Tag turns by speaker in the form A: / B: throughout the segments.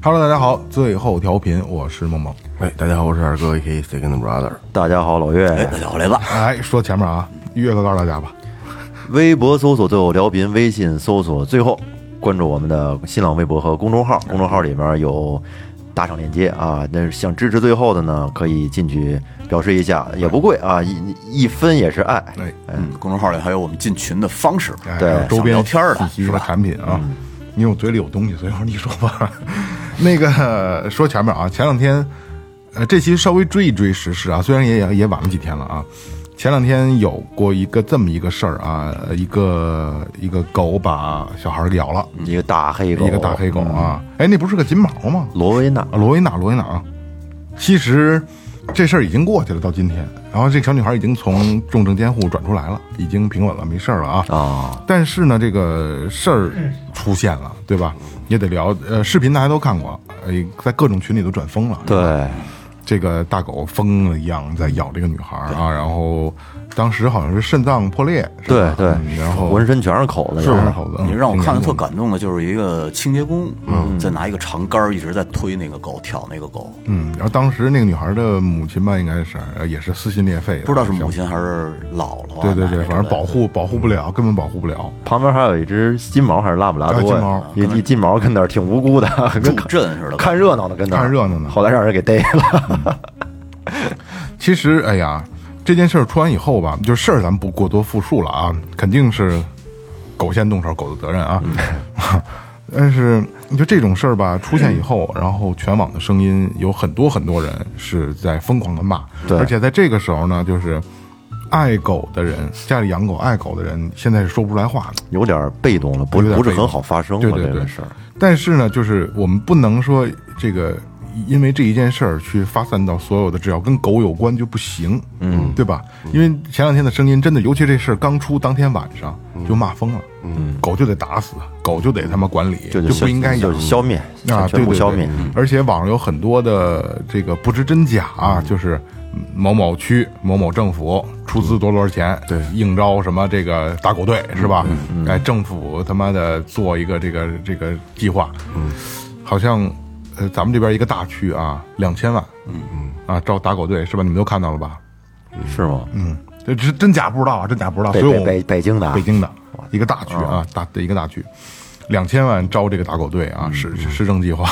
A: 哈喽，大家好，最后调频，我是梦梦。
B: 哎，大家好，我是二哥 A K Second Brother。
C: 大家好，老岳，
D: 大家好，来吧，
A: 哎，说前面啊，岳哥告诉大家吧，
C: 微博搜索最后调频，微信搜索最后，关注我们的新浪微博和公众
A: 嗯
C: 号，公众号里面有打赏链接啊。那想支持最后的呢，可以进去表示一下，
A: 嗯
C: 也不贵啊，一一分也是爱。
A: 哎，
D: 嗯，公众号里还有我们进群的方式。
A: 哎
C: 对
A: 还有周边
D: 想聊天儿
A: 信
D: 的嗯
A: 息和产品啊，因为我嘴里有东西，所以我说你说吧。 那个说前面啊，前两天，呃，这期稍微追一追时事啊，虽然也也也晚了几天了啊。前两天有过一个这么一个事儿啊，呃一个一个狗把小孩儿给咬了，
C: 一个大黑狗，
A: 嗯一个大黑狗
D: 嗯
A: 啊，哎，那不是个金毛吗？
C: 罗威纳
A: 啊，罗威纳，罗威纳啊。其实这事儿已经过去了，到今天，然后这个小女孩已经从重症监护转出来了，已经平稳了，没事儿了啊。
C: 啊，
A: 但是呢，这个事儿出现了，对吧？也得聊。呃，视频大家都看过，呃，在各种群里都转疯了。
C: 对，
A: 这个大狗疯了一样在咬这个女孩儿啊，然后当时好像是肾脏破裂，是吧
C: 对对
A: 嗯，然后
C: 浑身全是口子，
A: 是
C: 吧？
A: 猴子，
D: 你让我看的特
A: 挺严重
D: 感动的就是一个清洁工，嗯，在拿一个长杆儿一直在推那个狗，挑那个狗，
A: 嗯，然后当时那个女孩的母亲吧，应该是呃也是撕心裂肺的，
D: 不知道是母亲还是姥姥啊。
A: 对对对
D: 奶，奶
A: 反
D: 之类
A: 正
D: 的
A: 保护保护不了，根本保护不了。
C: 旁边还有一只金毛还是拉布拉
A: 啊
C: 多
A: 金
C: 呀、
A: 毛嗯
C: 一一金毛跟那儿挺无辜的，跟
D: 助阵似的
C: 看热闹呢，跟那儿
A: 看热闹呢
C: 后来让人给逮了。
A: 其实，哎呀，这件事儿出完以后吧，就事儿咱们不过多复述了啊，肯定是狗先动手，狗的责任啊。但是，你说这种事儿吧，出现以后，然后全网的声音有很多很多人是在疯狂的骂，
C: 对
A: 而且在这个时候呢，就是爱狗的人，家里养狗爱狗的人，现在是说不出来话的。
C: 有点被动了，不
A: 有点
C: 不是
A: 被动
C: 很好发声
A: 对
C: 了
A: 对
C: 这
A: 对
C: 个事儿。
A: 但是呢，就是我们不能说这个因为这一件事儿去发散到所有的，只要跟狗有关就不行，嗯，对吧？因为前两天的声音真的，尤其这事儿刚出当天晚上就骂疯了，嗯，狗就得打死，狗就得他妈管理，
C: 就就
A: 不应该
C: 就
A: 养
C: 是。消灭
A: 啊，对
C: 全
A: 对
C: 部
A: 对，
C: 消灭。
A: 而且网上有很多的这个不知真假啊，就是某某区某某政府出资多多少钱，对，应招什么这个打狗队是吧？哎，政府他妈的做一个这个这个计划，嗯，好像呃咱们这边一个大区啊，两千万，嗯嗯，啊招打狗队是吧？你们都看到了吧？
C: 是吗？
A: 嗯，这真真假不知道啊，真假不知道，
C: 北
A: 所以
C: 北
A: 我
C: 北北京的啊，哦
A: 北京的一个大区啊，大一个大区，两千万招这个打狗队啊，
C: 嗯
A: 市市政计划。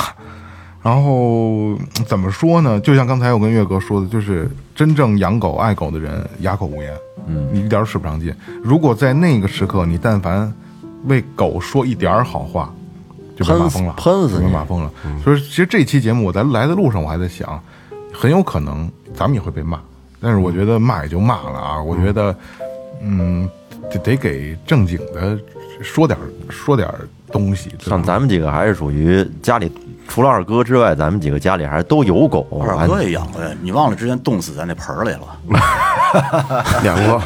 A: 然后嗯怎么说呢？就像刚才我跟岳哥说的，就是真正养狗爱狗的人哑口无言，嗯，你一点儿使不上劲。如果在那个时刻，你但凡为狗说一点儿好话，就被
C: 喷
A: 骂
C: 死
A: 疯了，
C: 喷死
A: 就被
C: 你
A: 骂疯了。所以其实这期节目我在来的路上我还在想，很有可能咱们也会被骂，但是我觉得骂也就骂了啊，我觉得，嗯，得得给正经的说点儿说点儿东西，对吧
C: 像咱们几个还是属于家里除了二哥之外，咱们几个家里还是都有狗。啊
D: 二
C: 完
D: 哥也养过呀，你忘了之前冻死在那盆儿里 了？
B: 两 个，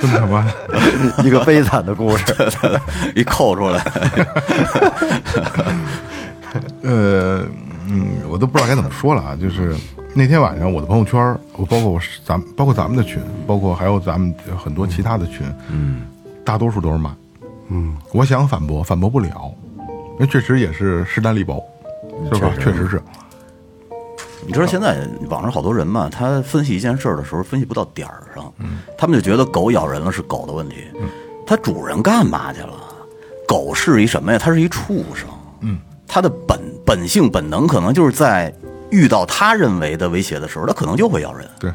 A: 真他妈。
C: 一个悲惨的故 事。
D: 一扣出来，
A: 呃，嗯，我都不知道该怎么说了啊。就是那天晚上，我的朋友圈儿，我包括我是咱们，包括咱们的群，包括还有咱们很多其他的群，嗯，大多数都是骂。嗯，我想反驳，反驳不了，因为确实也是势单力薄，是吧？确实是，
D: 你知道现在网上好多人嘛，他分析一件事儿的时候分析不到点儿上，他们就觉得狗咬人了是狗的问题，它主人干嘛去了？狗是一什么呀？它是一畜生，嗯，它的本本性本能可能就是在遇到他认为的威胁的时候，它可能就会咬人，
A: 对，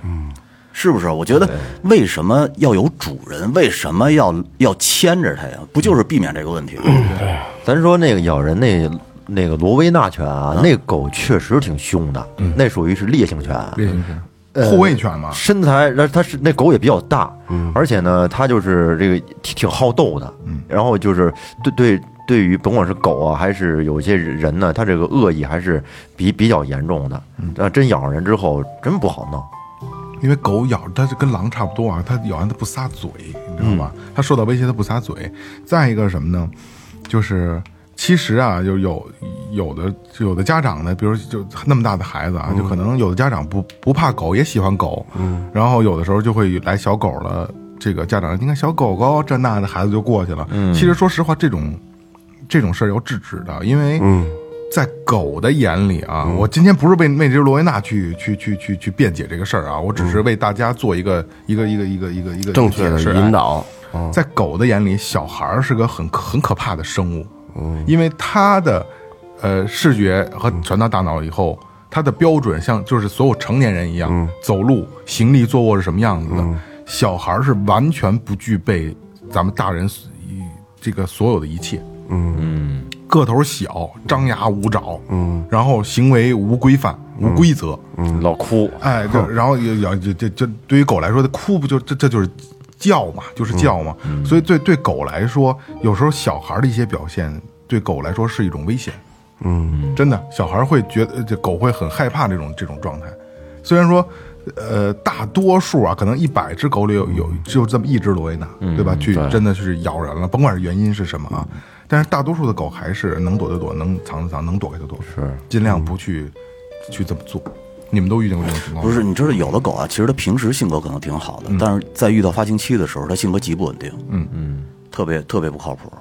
D: 是不是？我觉得为什么要有主人？为什么要要牵着它呀？不就是避免这个问题吗？
C: 咱说那个咬人那那个罗威纳犬
A: 嗯
C: 啊，那狗确实挺凶的，那属于是烈性犬。啊
A: 烈性犬，护卫犬嘛，
C: 身材，然后它是那狗也比较大，而且呢，它就是这个挺挺好斗的，然后就是对对对于甭管是狗啊，还是有些人呢，他这个恶意还是比比较严重的。啊，真咬上人之后，真不好弄。
A: 因为狗咬它就跟狼差不多啊，它咬完它不撒嘴，你知道吧？它受到威胁它不撒嘴。再一个是什么呢？就是其实啊，就有有的有的家长呢，比如就那么大的孩子啊，就可能有的家长不不怕狗，也喜欢狗，嗯，然后有的时候就会来小狗了。这个家长，你看小狗狗这那的孩子就过去了。嗯，其实说实话，这种这种事儿要制止的，因为在狗的眼里啊，
B: 嗯
A: 我今天不是为为这罗维娜去去去去去辩解这个事儿啊，我只是为大家做一个、一个一个一个一个一个
B: 嗯正确的
A: 解释
B: 引。导，嗯
A: 哎在狗的眼里，小孩儿是个很很可怕的生物，
B: 嗯
A: 因为他的呃视觉和传到大脑以后。他的标准像就是所有成年人一样，
B: 嗯
A: 走路、行立、坐卧是什么样子的？小孩儿是完全不具备咱们大人所一这个所有的一切。个头小，张牙舞爪，嗯，然后行为无规范、无规则，
C: 嗯，老哭，
A: 哎，这然后也也这这对于狗来说，它哭不就这这就是叫嘛，就是叫嘛，所以对对狗来说，有时候小孩的一些表现对狗来说是一种危险，嗯，真的，小孩会觉得这狗会很害怕这种这种状态，虽然说。呃，大多数啊，可能一百只狗里有有只有这么一只罗威纳，嗯对吧？去真的是咬人了，甭管是原因是什么啊，但是大多数的狗还是能躲就躲，能藏就藏，能躲开就躲，是尽量不去去这么做。你们都遇见过这种情况吗？
D: 不是，你知道有的狗啊，其实它平时性格可能挺好的，但是在遇到发情期的时候，它性格极不稳定，嗯嗯，特别特别不靠谱。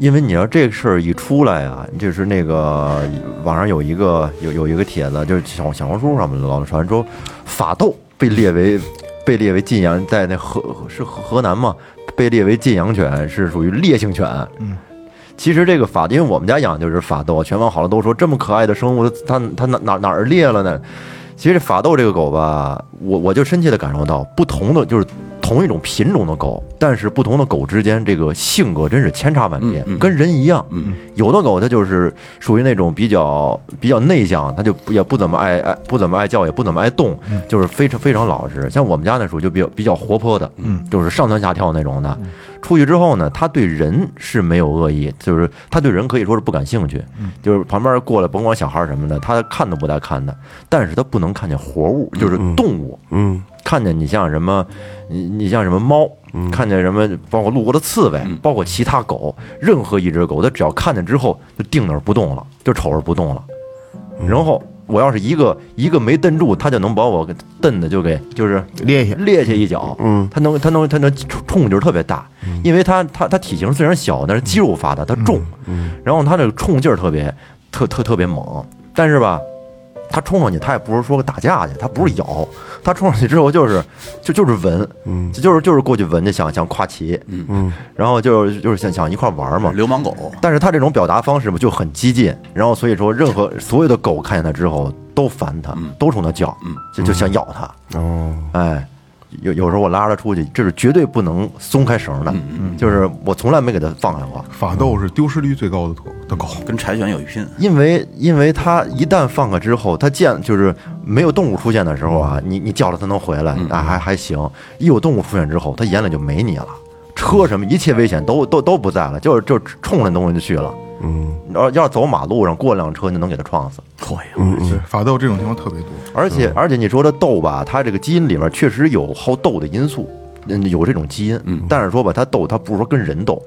C: 因为你要这个事儿一出来啊，就是那个网上有一个有有一个帖子，就是小小红书上面老传说法斗被列为被列为禁养，在那河是河河南嘛，被列为禁养犬是属于烈性犬。嗯，其实这个法，因为我们家养的就是法斗，全网好多都说这么可爱的生物，它它哪哪哪儿烈了呢？其实法斗这个狗吧，我我就深切的感受到，不同的就是同一种品种的狗，但是不同的狗之间这个性格真是千差万别，跟人一样。
D: 嗯
C: 有的狗它就是属于那种比较比较内向，它就不也不怎么爱爱不怎么爱叫，也不怎么爱动，就是非常非常老实。像我们家那属于就比较比较活泼的，就是上蹿下跳那种的。出去之后呢，它对人是没有恶意，就是它对人可以说是不感兴趣，就是旁边过来甭管小孩什么的，它看都不带看的。但是它不能看见活物，就是动物，
B: 嗯，
C: 看见你像什么，你你像什么猫，看见什么，包括路过的刺猬，包括其他狗，任何一只狗，它只要看见之后就定那儿不动了，就瞅着不动了。然后我要是一个一个没蹬住，它就能把我给蹬的就给就是
B: 列下，
C: 趔趄一脚，嗯，它能它能它能冲冲劲儿特别大，因为它它它体型虽然小，但是肌肉发达，它重，然后它这个冲劲儿特别特特特别猛，但是吧，它冲上去，它也不是说打架去，它不是咬，它冲上去之后就是就就是闻，嗯，就是就是过去闻去，想想跨骑，嗯，然后就是就是想想一块儿玩嘛，
D: 流氓狗，
C: 但是它这种表达方式嘛就很激进，然后所以说任何所有的狗看见它之后都烦它，都冲它叫，就就想咬它，
B: 哦，
C: 哎，有有时候我拉着它出去，这是绝对不能松开绳的，就是我从来没给它放开过，
A: 法斗是丢失率最高的狗的狗，
D: 跟柴犬有一拼。
C: 因为因为它一旦放开之后，它见就是没有动物出现的时候啊，你你叫了它能回来，啊还还行，一有动物出现之后，它眼里就没你了，车什么一切危险都都都不在了，就是就冲着东西就去了。嗯，要要是走马路上过辆车，就能给它撞死。
D: 嚯呀，
A: 对，法斗这种情况特别多。
C: 而且而且你说这斗吧，它这个基因里面确实有好斗的因素，嗯，有这种基因。嗯，但是说吧，它斗它不是说跟人斗。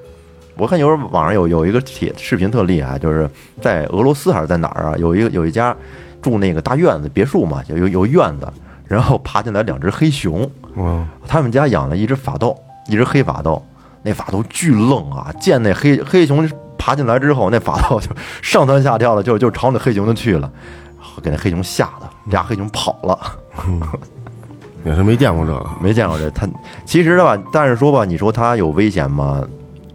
C: 我看有时候网上有有一个帖视频特厉害，就是在俄罗斯还是在哪儿啊？有一个有一家住那个大院子别墅嘛，有有有院子，然后爬进来两只黑熊。
B: 哇，
C: 他们家养了一只法斗，一只黑法斗。那法斗巨愣啊，见那黑黑熊爬进来之后，那法斗就上蹿下跳的，就就朝那黑熊就去了，给那黑熊吓得，俩黑熊跑了。
B: 也是没见过这个，
C: 没见过这它，其实吧，但是说吧，你说它有危险吗？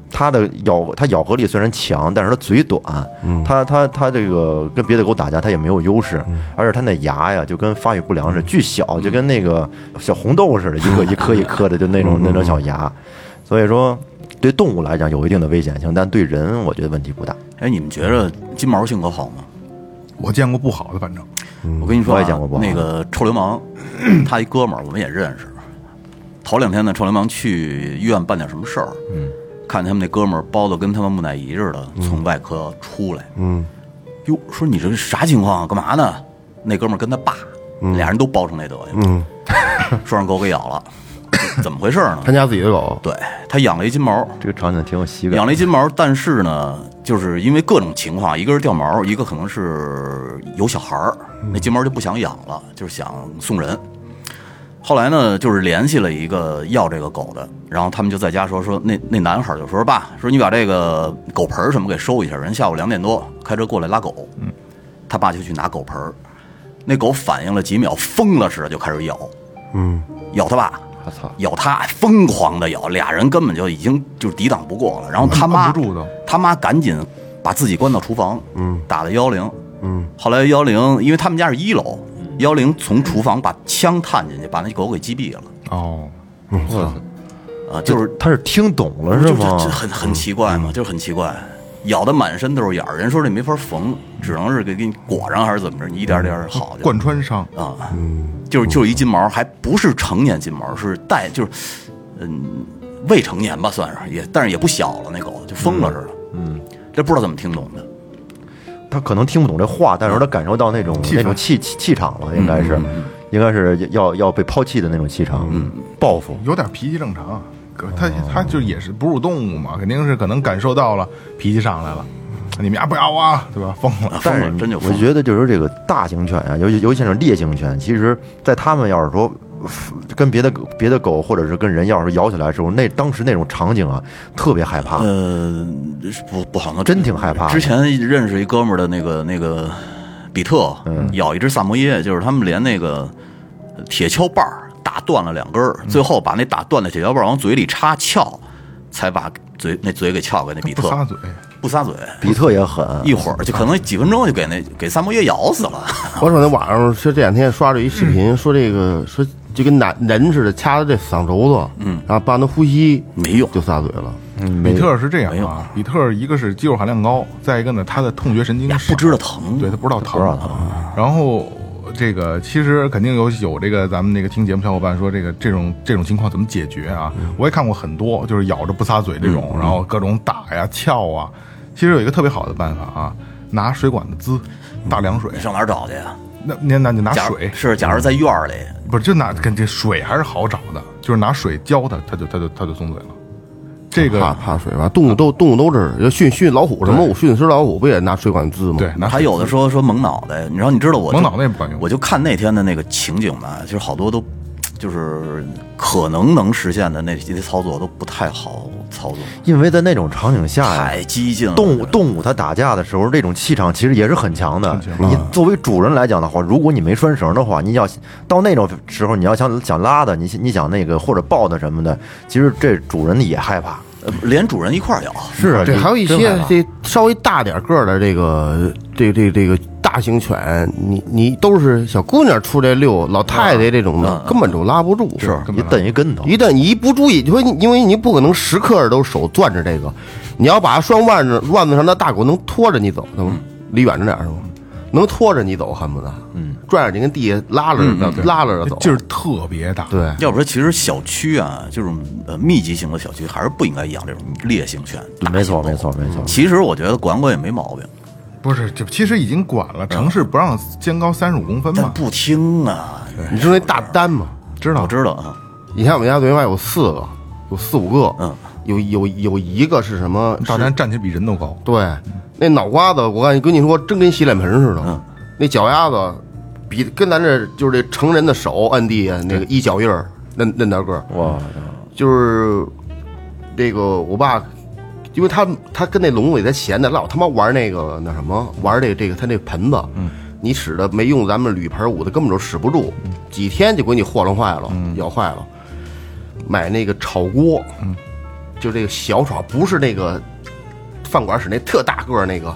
C: 它的咬它咬合力虽然强，但是它嘴短，它它它这个跟别的狗打架，它也没有优势，而且它那牙呀就跟发育不良似的，巨小，就跟那个小红豆似的，一个 一颗一颗的，就那种那种小牙。所以说，对动物来讲有一定的危险性，但对人我觉得问题不大。
D: 哎，你们觉着金毛性格好吗？
A: 我见过不好的，反正
D: 我跟你说、啊，
C: 我也见过不好
D: 那个臭流氓，他一哥们儿，我们也认识。头两天呢，臭流氓去医院办点什么事儿，嗯，看他们那哥们儿包的跟他们木乃伊似的，从外科出来，嗯，哟，说你这是啥情况啊？干嘛呢？那哥们儿跟他爸，俩人都包成那德行，嗯， 说让狗给咬了，怎么回事呢
B: 他？家自己的狗，
D: 对他养了一金毛，
C: 这个场景挺有喜感
D: 养。了一金毛，但是呢，就是因为各种情况，一个是掉毛，一个可能是有小孩儿，那金毛就不想养了，就是想送人。后来呢，就是联系了一个要这个狗的，然后他们就在家说说那那男孩儿就说爸，说你把这个狗盆儿什么给收一下，人下午两点多开车过来拉狗，他爸就去拿狗盆儿，那狗反应了几秒，疯了似的就开始咬，嗯，咬他爸，
C: 我操，
D: 咬他，疯狂的咬，俩人根本就已经就是抵挡不过了。然后他妈
A: 摁不住都
D: 他妈赶紧把自己关到厨房，嗯，打了幺零，嗯，后来幺零，因为他们家是一楼，幺零从厨房把枪探进去，把那狗给击毙了。
A: 哦，
D: 啊，就是
C: 他是听懂了是
D: 就是
C: 吗？
D: 这很很奇怪嘛，就是很奇怪，咬的满身都是眼儿。人说这没法缝，只能是给给你裹上还是怎么着，你一点点儿好就
A: 贯穿伤，
D: 啊，就是就是一金毛，还不是成年金毛，是带就是，嗯，未成年吧，算是也，但是也不小了，那狗就疯了似的，嗯，这不知道怎么听懂的，
C: 他可能听不懂这话，但是他感受到那种
A: 气氛
C: 那种气气气场了，应该
D: 嗯
C: 是，应该是要要被抛弃的那种气场，嗯报复。
A: 有点脾气正常。啊可他他就也是哺乳动物嘛，肯定是可能感受到了，脾气上来了，你们家不要啊，对吧？疯了
D: 啊，疯了，真就疯
C: 我
D: 了。
C: 觉得就是说这个大型犬啊，尤其尤其是烈性犬，其实，在他们要是说呃跟别的狗别的狗或者是跟人要是咬起来的时候，那当时那种场景啊，特别害怕。
D: 呃，不不好弄，
C: 真挺害怕的
D: 之前认识一哥们儿的那个那个比特，咬一只萨摩耶，就是他们连那个铁锹把儿打断了两根儿，最后把那打断的铁锹把儿往嘴里插撬，才把嘴那嘴给撬开。那比
A: 不
D: 特
A: 撒嘴，
D: 不撒嘴，
C: 比特也狠，
D: 一会儿就可能几分钟就给那给萨摩耶咬死了。
B: 我瞅那网上说这两天刷着一视频，说这个说就跟男人似的掐着这嗓轴子，嗯，然后帮他呼吸，
D: 没用
B: 就撒嘴了。
A: 比特是这样啊，比特一个是肌肉含量高，再一个呢，它的痛觉神经
D: 呀
A: 少
D: 不知道疼，
A: 对他不知道疼，然后这个其实肯定有有这个咱们那个听节目小伙伴说这个这种这种情况怎么解决啊？我也看过很多，就是咬着不撒嘴这种，然后各种打呀、撬啊。其实有一个特别好的办法啊，拿水管子滋大凉水
D: 你，上哪儿找去呀？
A: 那那那就拿
D: 假如
A: 水，
D: 是，假如在院儿里，
A: 不是就拿跟这水还是好找的，就是拿水浇它，它就它就它就松嘴了。这
B: 怕
A: 个
B: 怕水吧？动物都动物都这样，要训训老虎什么，我训吃老虎不也拿水管滋吗？
A: 对，，拿
D: 还有的说说蒙脑袋，你知道你知道我就
A: 蒙脑袋也不管用
D: 我就看那天的那个情景吧，就是好多都就是可能能实现的那些操作都不太好操作，
C: 因为在那种场景下哎呀、
D: 太激进了。
C: 动物动物它打架的时候，这种气场其实也是啊很强的。嗯你作为主人来讲的话，如果你没拴绳的话，你要到那种时候，你要想想拉的，你你想那个或者抱的什么的，其实这主人也害怕。
D: 呃连主人一块儿咬，
C: 是啊，
B: 对，
C: 这
B: 还有一
C: 真
B: 些
C: 害怕
B: 这稍微大点个儿的这个这这这个大型犬，你你都是小姑娘出来遛，老太太这种的根本就拉不住。是
C: 你蹬一跟头，
B: 一旦你一不注意，就说你因为你不可能时刻都手攥着这个，你要把双腕子腕子上的大狗能拖着你走，能离远着点儿是吗？能拖着你走，恨不得，嗯，拽着你跟地下拉着着拉着着走，
A: 劲儿特别大，
B: 对，
D: 要不说其实小区啊，这种呃密集型的小区还是不应该养这种烈性犬。大型
C: 没错
D: 狗
C: 没错没错。
D: 其实我觉得管管也没毛病，
A: 不是，这其实已经管了，城市不让限高三十五公分
D: 但
A: 嘛，
D: 不听啊，
B: 你知道那大丹吗？
A: 知
D: 我
A: 道
D: 知道啊，
B: 以前我们家对面有四个，有四五个，
D: 嗯，
B: 有有有一个是什么？
A: 大
B: 是
A: 山站起来比人都高，
B: 对，那脑瓜子，我跟跟你说，真跟洗脸盆似的。那脚丫子比跟咱这就是这成人的手按地下那个一脚印儿，那那大个儿，
C: 哇，
B: 就是那个我爸，因为他他跟那笼子里他闲的，老他妈玩那个那什么，玩这个这个他那盆子，嗯，你使的没用，咱们铝盆捂的根本就使不住，几天就给你霍乱坏了，咬坏了。买那个炒锅，嗯，就这个小炒，不是那个饭馆使那特大个儿那个，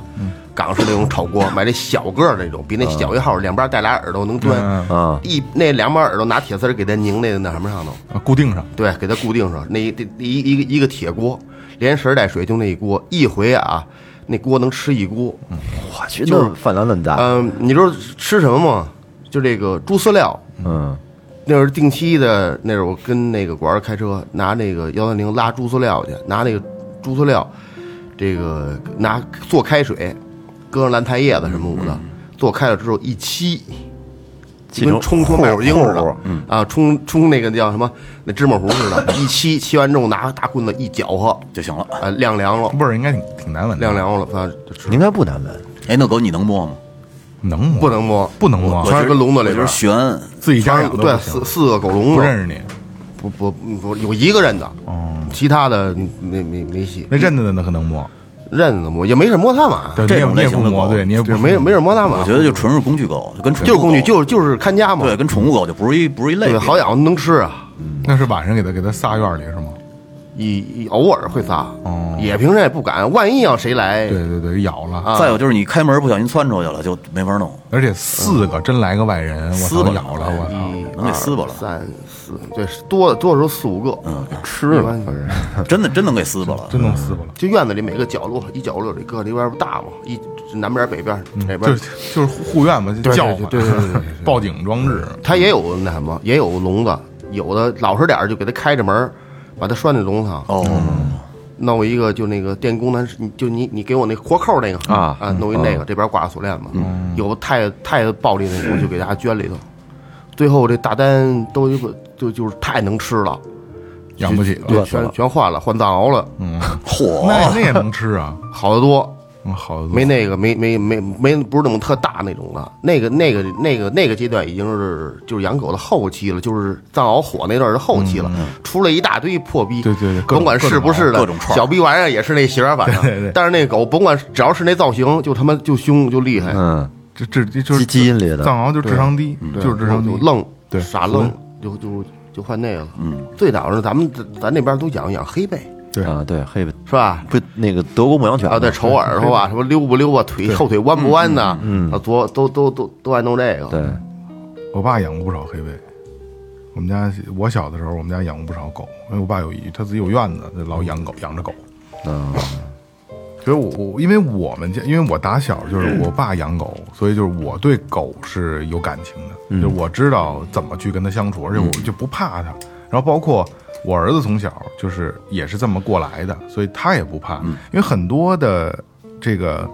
B: 港式那种炒 锅，买那小个儿那种，比那小一号，两边带俩耳朵能钻，
C: 嗯
B: 一那两边耳朵拿铁丝儿给它拧那个那什么上头。
A: 啊固定上。
B: 对，给它固定上。那一这一一个一个铁锅，连食儿带水就那一锅，一回啊，那锅能吃一锅。
C: 我去，那饭量那么大，
B: 嗯，你知道吃什么吗？就这个猪饲料。
C: 嗯，
B: 那会儿定期的，那会儿我跟那个管儿开车，拿那个幺三零拉猪饲料去，拿那个猪饲料，这个拿做开水，搁上蓝苔叶子什么捂
A: 嗯
B: 的，做开了之后一沏，就跟冲脱麦乳精似的，
A: 嗯
B: 啊，冲冲那个叫什么那芝麻糊似的，一沏，沏完之后拿大棍子一搅和，
D: 就行了。
B: 啊，晾凉了，
A: 味儿应该挺挺难闻的，
B: 晾凉了，啊反正就是
C: 应该不难闻。
D: 哎，那狗你能摸吗？
A: 能摸
B: 不能摸，
A: 不能摸啊
B: 全是跟笼子里
D: 就
B: 边
D: 是。悬，
A: 自己家
B: 全是
A: 养的
B: 对
A: 不行
B: 四四个狗笼子，
A: 不认识你，
B: 不不不有一个认的，
A: 哦
B: 其他的没没没戏，
A: 那认得的那可能摸，
B: 嗯认得摸也没事摸它嘛，
A: 对，你
D: 这
A: 也
D: 种
A: 你也
D: 类型
A: 不
D: 的
A: 摸，
D: 狗
A: 对，你也
B: 就
A: 不
B: 是没没事摸它嘛，
D: 我觉得就纯是工具狗，就跟宠物
B: 啊就是工具，
D: 狗
B: 就是就是看家嘛，
D: 对，跟宠物狗就不是一不是一类别。
B: 对，好养能吃啊，
A: 那是晚上给它给它撒院里是吗？
B: 一一偶尔会撒，也平时也不敢，万一要谁来，
A: 哦对对对，咬了，
B: 啊
D: 再有就是你开门不小心窜出去了，就没法 弄，
A: 而且四个真来个外人，我
D: 撕
A: 操，
D: 吧
A: 咬
B: 哎
A: 了我
B: 嗯
A: 操，
D: 能给撕巴了，
B: 三四对多多的时候四五个，啊
D: 嗯，
B: 吃了反正
D: 真的真能给撕巴了。
A: 真弄撕巴了。
B: 就院子里每个角落一角落里搁里边不大嘛，一南边北边哪边
A: 嗯就。是就是护院嘛，就
B: 对
A: 叫
B: 对对对对对对
A: 报警装置，
B: 它也有那什么，也有笼子，有的老实点儿就给它开着门儿，把它拴在笼子上，
D: 哦，
B: 弄一个就那个电工男，你就你你给我那活扣那个
C: 啊
B: 啊，弄一那个，这边挂锁链嘛，有太太暴力那个，我就给大家捐里头。最后这大单都有个就就是太能吃了，
A: 养不起了。
B: 对，全全换了，换藏獒了，
D: 嚯，
A: 那那也能吃啊，
B: 好得多。
A: 嗯，好的多
B: 没那个，没没没没，不是那种特大那种的，那个那个那个那个阶段已经是就是养狗的后期了，就是藏獒火那段是后期了，出了一大堆破逼，
A: 对对对各种
B: 甭管是不是的
D: 各种串儿
B: 小逼玩意儿也是那型儿，反正，
A: 对对对
B: 但是那狗甭管只要是那造型，就他妈就凶就厉害，
C: 嗯，
A: 这这这就是
C: 基基因里的
A: 藏獒，就智商低，就是智商低
B: 就，嗯愣，
A: 嗯对
B: 傻愣，就就就换那个了。嗯，最早是咱们咱那边都养养黑背
A: 对
C: 啊，对，黑
B: 是吧？
C: 不那个德国牧羊犬
B: 啊，对，瞅耳朵啊，什么溜不溜啊，腿后腿弯不弯呐？嗯，啊，左都都都都爱弄这个。
C: 对，
A: 我爸养过不少黑背。我们家我小的时候，我们家养过不少狗，因为我爸有一他自己有院子，就老养狗，养着狗。
C: 嗯，
A: 所以我我因为我们家，因为我打小就是我爸养狗，所以就是我对狗是有感情的，就我知道怎么去跟它相处，而且我就不怕它。然后包括我儿子从小就是也是这么过来的，所以他也不怕，因为很多的这个。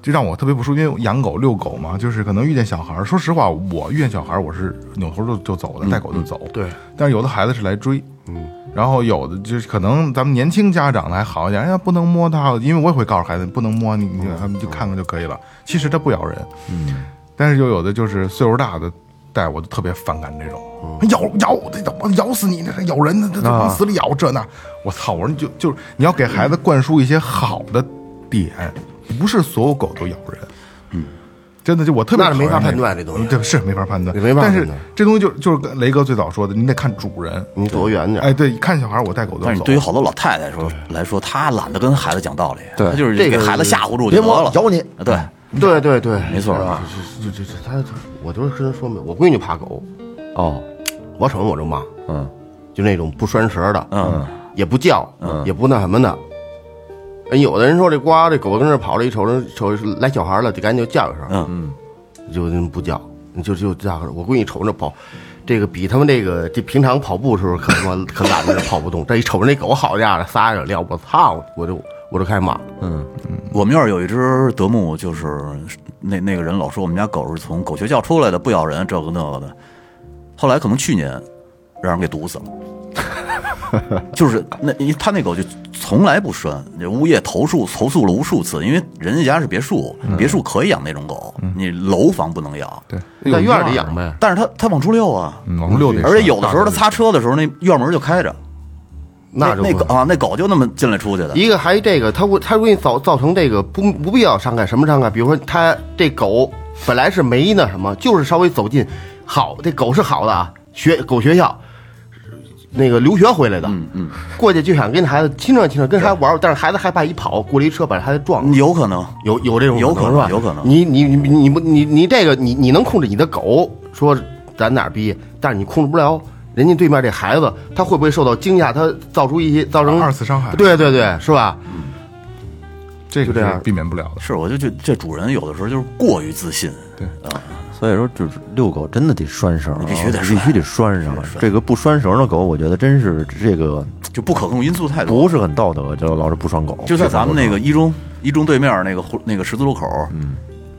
A: 这让我特别不舒服，因为养狗遛狗嘛，就是可能遇见小孩儿。说实话，我遇见小孩儿，我是扭头就就走的，带狗就走。
B: 对，
A: 但是有的孩子是来追，
B: 嗯
A: 然后有的就是可能咱们年轻家长的还好一点，哎呀不能摸它，因为我也会告诉孩子不能摸，你
B: 哦
A: 你他们就看看就可以了。其实它不咬人，嗯，但是就有的就是岁数大的带我就特别反感这种，
B: 哦
A: 哎咬咬这咬咬死你，这咬人，这这往死里咬这那，我操！我说你就就是你要给孩子灌输一些好的点，不是所有狗都咬人，真的就我特别
B: 嗯那是没法
A: 讨厌
B: 判断
A: 种
B: 这东西
A: 对是没法判断，
B: 也没法
A: 但
B: 判
A: 是
B: 断
A: 这东西就就是跟雷哥最早说的，你得看主人，
B: 你躲远点儿。
A: 哎，对，看小孩儿我带狗
D: 但
A: 就是走。
D: 对于好多老太太说来说，她懒得跟孩子讲道理，
C: 对
D: 她就是
B: 这
D: 给
B: 个
D: 孩子吓唬住
C: 别
D: 就得
C: 摸
D: 了，
C: 咬你，
D: 对，
B: 对对对，
D: 没错
B: 是吧？这这这他，我都是跟他说明，我闺女怕狗，
C: 哦，
B: 我瞅着我就骂，
C: 嗯，
B: 就那种不拴绳的，
D: 嗯，
B: 也不叫，也不那什么的。哎有的人说这呱，这狗跟这跑了，一瞅着瞅着来小孩了，就赶紧就叫一声，
D: 嗯
B: 就不叫，就就这样。我闺女瞅着跑，这个比他们这个这平常跑步时候可他妈 可懒着跑不动，这一瞅着那狗好家伙，撒着尿，我操，我就我就开始骂，
D: 我们院儿有一只德牧，就是那那个人老说我们家狗是从狗学校出来的，不咬人，这个那个的。后来可能去年让人给毒死了， 就是那他那狗就从来不拴，这物业投诉投诉了无数次，因为人家家是别墅，别墅可以养那种狗，你楼房不能养。
A: 对，
B: 在院里养呗。
D: 但是它它往出溜啊，
A: 嗯，往出溜达一圈。
D: 而且有的时候它
A: 大
D: 擦车的时候，那院门就开着，那
B: 就
D: 那
B: 不
D: 狗啊，那狗就那么进来出去的。
B: 一个还这个，它会它容易造造成这个不不必要伤害，什么伤害？比如说它这狗本来是没那什么，就是稍微走近，好，这狗是好的啊，学狗学校。那个留学回来的，嗯嗯，过去就想跟孩子亲热亲热，跟孩子玩玩，但是孩子害怕一跑过来一车把孩子撞了，
D: 有可能，
B: 有有这种
D: 有可能
B: 是吧？
D: 有可能
B: 你你你你不你你这个你你能控制你的狗说咱哪儿逼，但是你控制不了人家对面这孩子，他会不会受到惊讶？他造出一些造成
A: 二次伤害
B: 对对对，是吧？
A: 这个
B: 就这
A: 是
B: 样
A: 避免不了的。
D: 是我就觉得这主人有的时候就是过于自信。
C: 所以说就是遛狗真的得拴绳啊，啊
D: 必须得
C: 必须得拴上，这个不拴绳的狗，我觉得真是这个
D: 就不可控因素太多。
C: 不是很道德，就老是不拴狗。
D: 就在
C: 是吧
D: 咱们那个一中一中对面那个胡那个十字路口，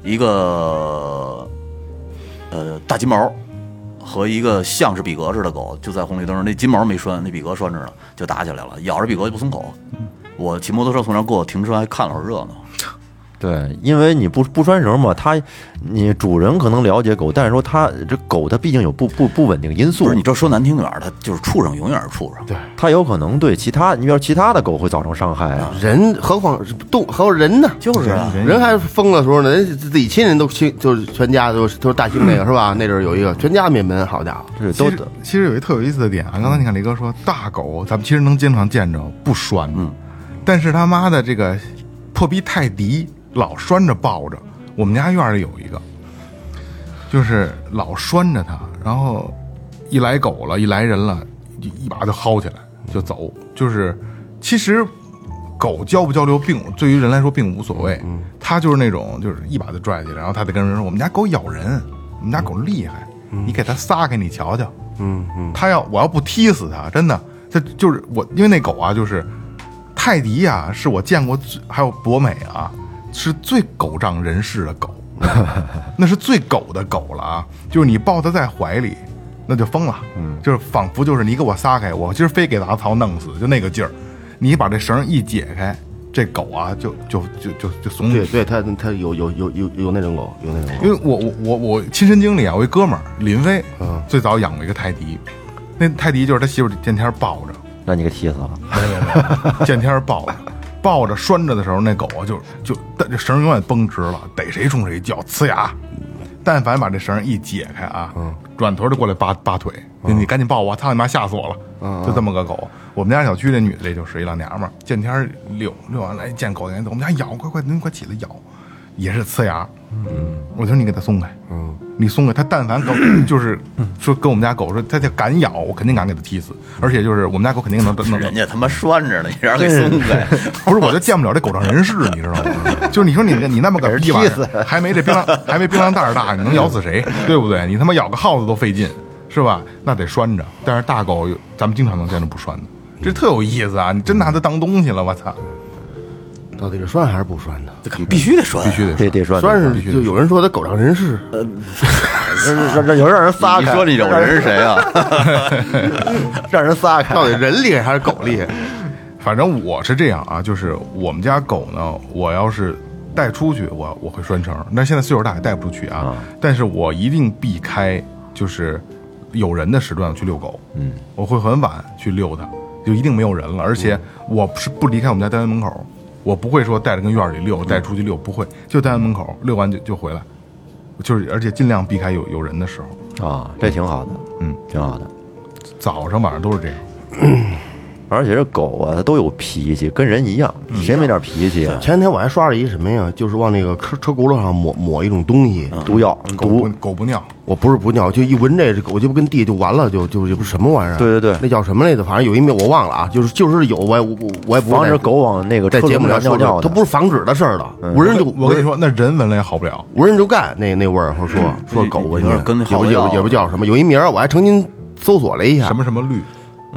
D: 一个呃大金毛和一个像是比格似的狗，就在红绿灯，那金毛没拴，那比格拴着呢，就打起来了，咬着比格就不松口。我骑摩托车从那儿过，停车还看了会儿热闹。
C: 对，因为你不不拴绳嘛，它你主人可能了解狗，但是说它这狗它毕竟有不不不稳定因素
D: 不是，你这说难听点儿，它就是畜生，永远是畜生。对，
C: 它有可能对其他，你比如其他的狗会造成伤害啊。
B: 人何况是动，还有人呢？
D: 就是啊。
B: 人还疯了时候呢，人自己亲人都亲，就是全家都都是大兴那个是吧？那阵儿有一个全家灭门，好家伙！
C: 这
A: 其
C: 都
A: 实其实有一特有意思的点啊，刚才你看雷哥说大狗，咱们其实能经常见着不拴，嗯，但是他妈的这个破逼泰迪老拴着抱着，我们家院儿里有一个，就是老拴着它，然后一来狗了，一来人了，一一把就薅起来就走，就是其实。狗交不交流并对于人来说并无所谓，它就是那种就是一把就拽起来，然后它得跟人说我们家狗咬人，我们家狗厉害，你给它撒给你瞧瞧，嗯嗯，它要我要不踢死它，真的，它就是我因为那狗啊就是泰迪呀、是我见过最还有博美啊是最狗仗人势的狗， 那是最狗的狗了啊！就是你抱它在怀里，那就疯了，嗯，就是仿佛就是你给我撒开，我今儿非给大曹弄死，就那个劲儿。你把这绳一解开，这狗啊就就就就就怂
B: 对
A: 了。
B: 对，他他有有有有有那种狗，有那种狗。
A: 因为我我我我亲身经历啊，我一哥们儿林飞，
B: 嗯
A: 最早养过一个泰迪，那泰迪就是他媳妇儿天天抱着，
C: 让你给踢死了。
A: 见天儿抱着，抱着拴着的时候，那狗啊就就但这绳永远绷直了，逮谁冲谁叫，呲牙。但凡把这绳一解开啊，转头就过来扒扒腿，你你赶紧抱我，操你妈吓死我了！就这么个狗。我们家小区这女的这就是一老娘们儿，见天儿遛遛完来见狗，我们家咬，快快您快起来咬，也是呲牙。我说你给它松开，你松开它，但凡狗 就是说跟我们家狗说，它就敢咬，我肯定敢给它踢死，而且就是我们家狗肯定能能能
D: 人家他妈拴着呢，你让人给松开，
A: 不是，我就见不了这狗仗人势，你知道吗？就是你说你你那么个逼玩意儿，还没这槟榔还没槟榔袋儿大，你能咬死谁？对不对？你他妈咬个耗子都费劲，是吧？那得拴着。但是大狗有咱们经常能见着不拴的，这特有意思啊！你真拿它当东西了，我操！
B: 到底是拴还是不拴呢？
D: 这肯必须得拴，
A: 必须得
C: 得得拴，
B: 拴是就有人说他狗仗人势，
C: 让让 让有人让人撒
D: 你
C: 开，
D: 说那种人是谁啊？
C: 让人撒开
B: 到。底人厉害还是狗厉害？
A: 反正我是这样啊，就是我们家狗呢，我要是带出去，我我会拴绳儿。那现在岁数大也带不出去啊，但是我一定避开就是有人的时段去遛狗。嗯，我会很晚去遛它，就一定没有人了。而且我是不离开我们家单元门口，我不会说带着跟院儿里遛，带出去遛，不会，就单元门口遛完就就回来，就是而且尽量避开有有人的时候。
C: 啊，这挺好的，
A: 嗯，
C: 挺好的。
A: 早上晚上都是这样。
C: 而且这狗啊，它都有脾气，跟人一样，谁没点脾气啊？
B: 前两天我还刷了一什么呀？就是往那个车车轱辘上抹抹一种东西，
C: 毒药
A: 狗不
C: 毒，
A: 狗不尿，
B: 我不是不尿，就一闻这狗就不跟地就完了，就就就不是什么玩意儿？啊
C: 对对对
B: 那叫什么来着？反正有一名我忘了啊，就是就是有我也我我也不
C: 防止
B: 在
C: 狗往那个
B: 在
C: 车
B: 节目
C: 里
B: 上
C: 面尿
B: 说
C: 尿的
B: 的，
C: 嗯
B: 它不是防止的事儿了，无人就
A: 我跟你说，那人闻了也好不了。
B: 无人就干那那味儿，或者说说狗闻
D: 有
B: 着
D: 点跟那耗
B: 也不
D: 子
B: 也
D: 药
B: 不也不叫什么，有一名儿我还曾经搜索了一下
A: 什，么什么绿，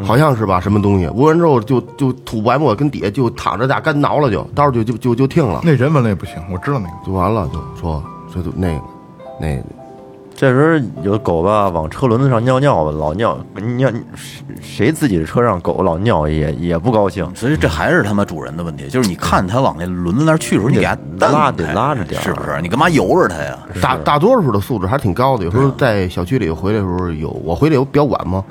B: 好像是吧，什么东西，闻完之后就就吐白沫，跟底下就躺着大干挠了就，到时候就就就就停了，
A: 那人闻了也不行，我知道那个。
B: 就完了，就说这就那个那
C: 这时候有狗吧，往车轮子上尿尿吧，老尿尿，谁谁自己的车让狗老尿也也不高兴。
D: 所以这还是他妈主人的问题，就是你看它往那轮子那儿去的时候，你给它蹬
C: 拉
D: 开
C: 得拉着点儿
D: 是不是？你干嘛由着它呀？
B: 大大多数的素质还挺高的，有时候在小区里回来的时候有，我回来有比较晚嘛，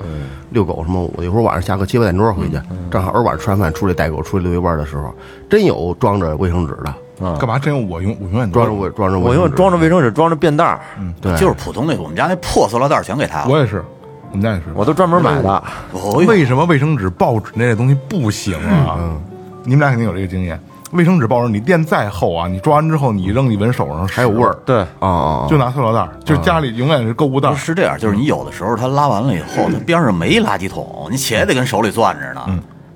B: 遛狗什么，我有时候晚上下课七八点钟回去，正好晚上吃完饭出来带狗出去遛一弯的时候，真有装着卫生纸的，
A: 干嘛真有我永我永远都
B: 装着卫装着
C: 我
B: 卫生
C: 用
B: 纸，
C: 装着卫生纸，装着便袋儿，
B: 对，
D: 就是普通那我们家那破塑料袋儿全给它
A: 我
D: 了。
A: 也是，我们家也是。
C: 我都专门买的。
D: 哦呦
A: 为什么卫生纸、报纸那类东西不行啊？你们俩肯定有这个经验。卫生纸、报纸，你垫再厚啊，你抓完之后你扔你闻手上还有味儿，
C: 对，
B: 啊啊，
A: 就拿塑料袋儿，就是家里永远是购物袋儿
D: 不。是这
A: 嗯
D: 样，就是你有的时候它拉完了以后，它边上没垃圾桶，你且得跟手里攥着呢。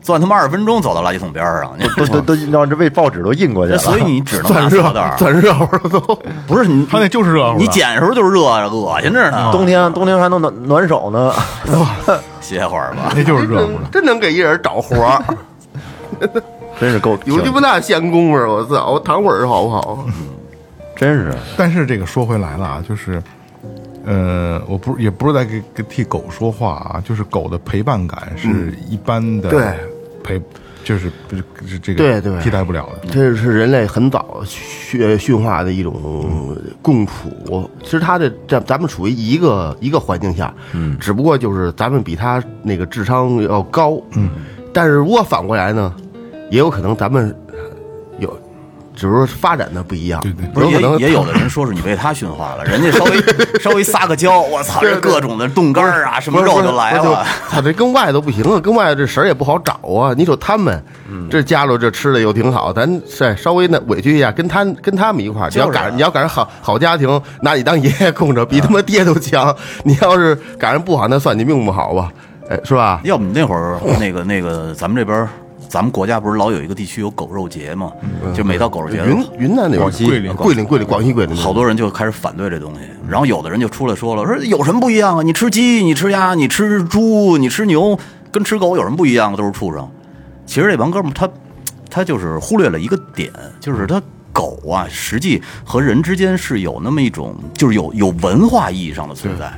D: 钻他妈二十分钟走到垃圾桶边儿上，你
C: 都都都让这为报纸都印过去了。
D: 所以你只能拿
B: 攒
D: 塑
B: 热
D: 料袋 儿，
B: 攒热乎了都。
D: 不是你
A: 他那嗯就是热乎的
D: 你捡的时候就是热，恶心着呢，
C: 冬天冬天还能暖暖手呢，
D: 歇会儿吧。
A: 那就是热乎的。
B: 真能给一人找活 儿，
C: 真是够
B: 有鸡巴那闲工夫，我操！我躺会儿好不好？
C: 真是
A: 但是这个说回来了啊，就是，呃，我不是也不是在给给替狗说话啊，就是狗的陪伴感是一般的
B: 嗯对
A: 陪，就是不是是这个
B: 对对
A: 替代不了的。
B: 这是人类很早驯驯化的一种共处。其实它的咱咱们处于一个一个环境下，嗯，只不过就是咱们比它那个智商要高，嗯，但是如果反过来呢，也有可能咱们有，只是说发展的不一样，
A: 对对
D: 不是
B: 有可能
D: 也也有的人说是你被他驯化了，人家 稍微稍微撒个娇，我操，这各种的冻干儿啊，什么肉就来了。
B: 他这跟外头不行啊，跟外头这食儿也不好找啊。你瞅他们，
D: 嗯
B: 这家里这吃的又挺好，咱再稍微呢委屈一下，跟他跟他们一块儿。你要
D: 啊
B: 赶你要赶上好好家庭，拿你当爷爷供着，比他妈爹都强。你要是赶上不好，那算你命不好吧？哎，是吧？
D: 要不你那会儿那个那个，咱们这边儿咱们国家不是老有一个地区有狗肉节吗？就每到狗肉节，
B: 嗯云云南那边，
A: 广西
B: 桂林桂林桂林广西桂林
D: 好多人就开始反对这东西，然后有的人就出来说了，说有什么不一样啊？你吃鸡，你吃鸭，你吃猪，你吃牛，跟吃狗有什么不一样啊？都是畜生。其实这帮哥们儿他他就是忽略了一个点，就是他狗啊，实际和人之间是有那么一种，就是有有文化意义上的存在。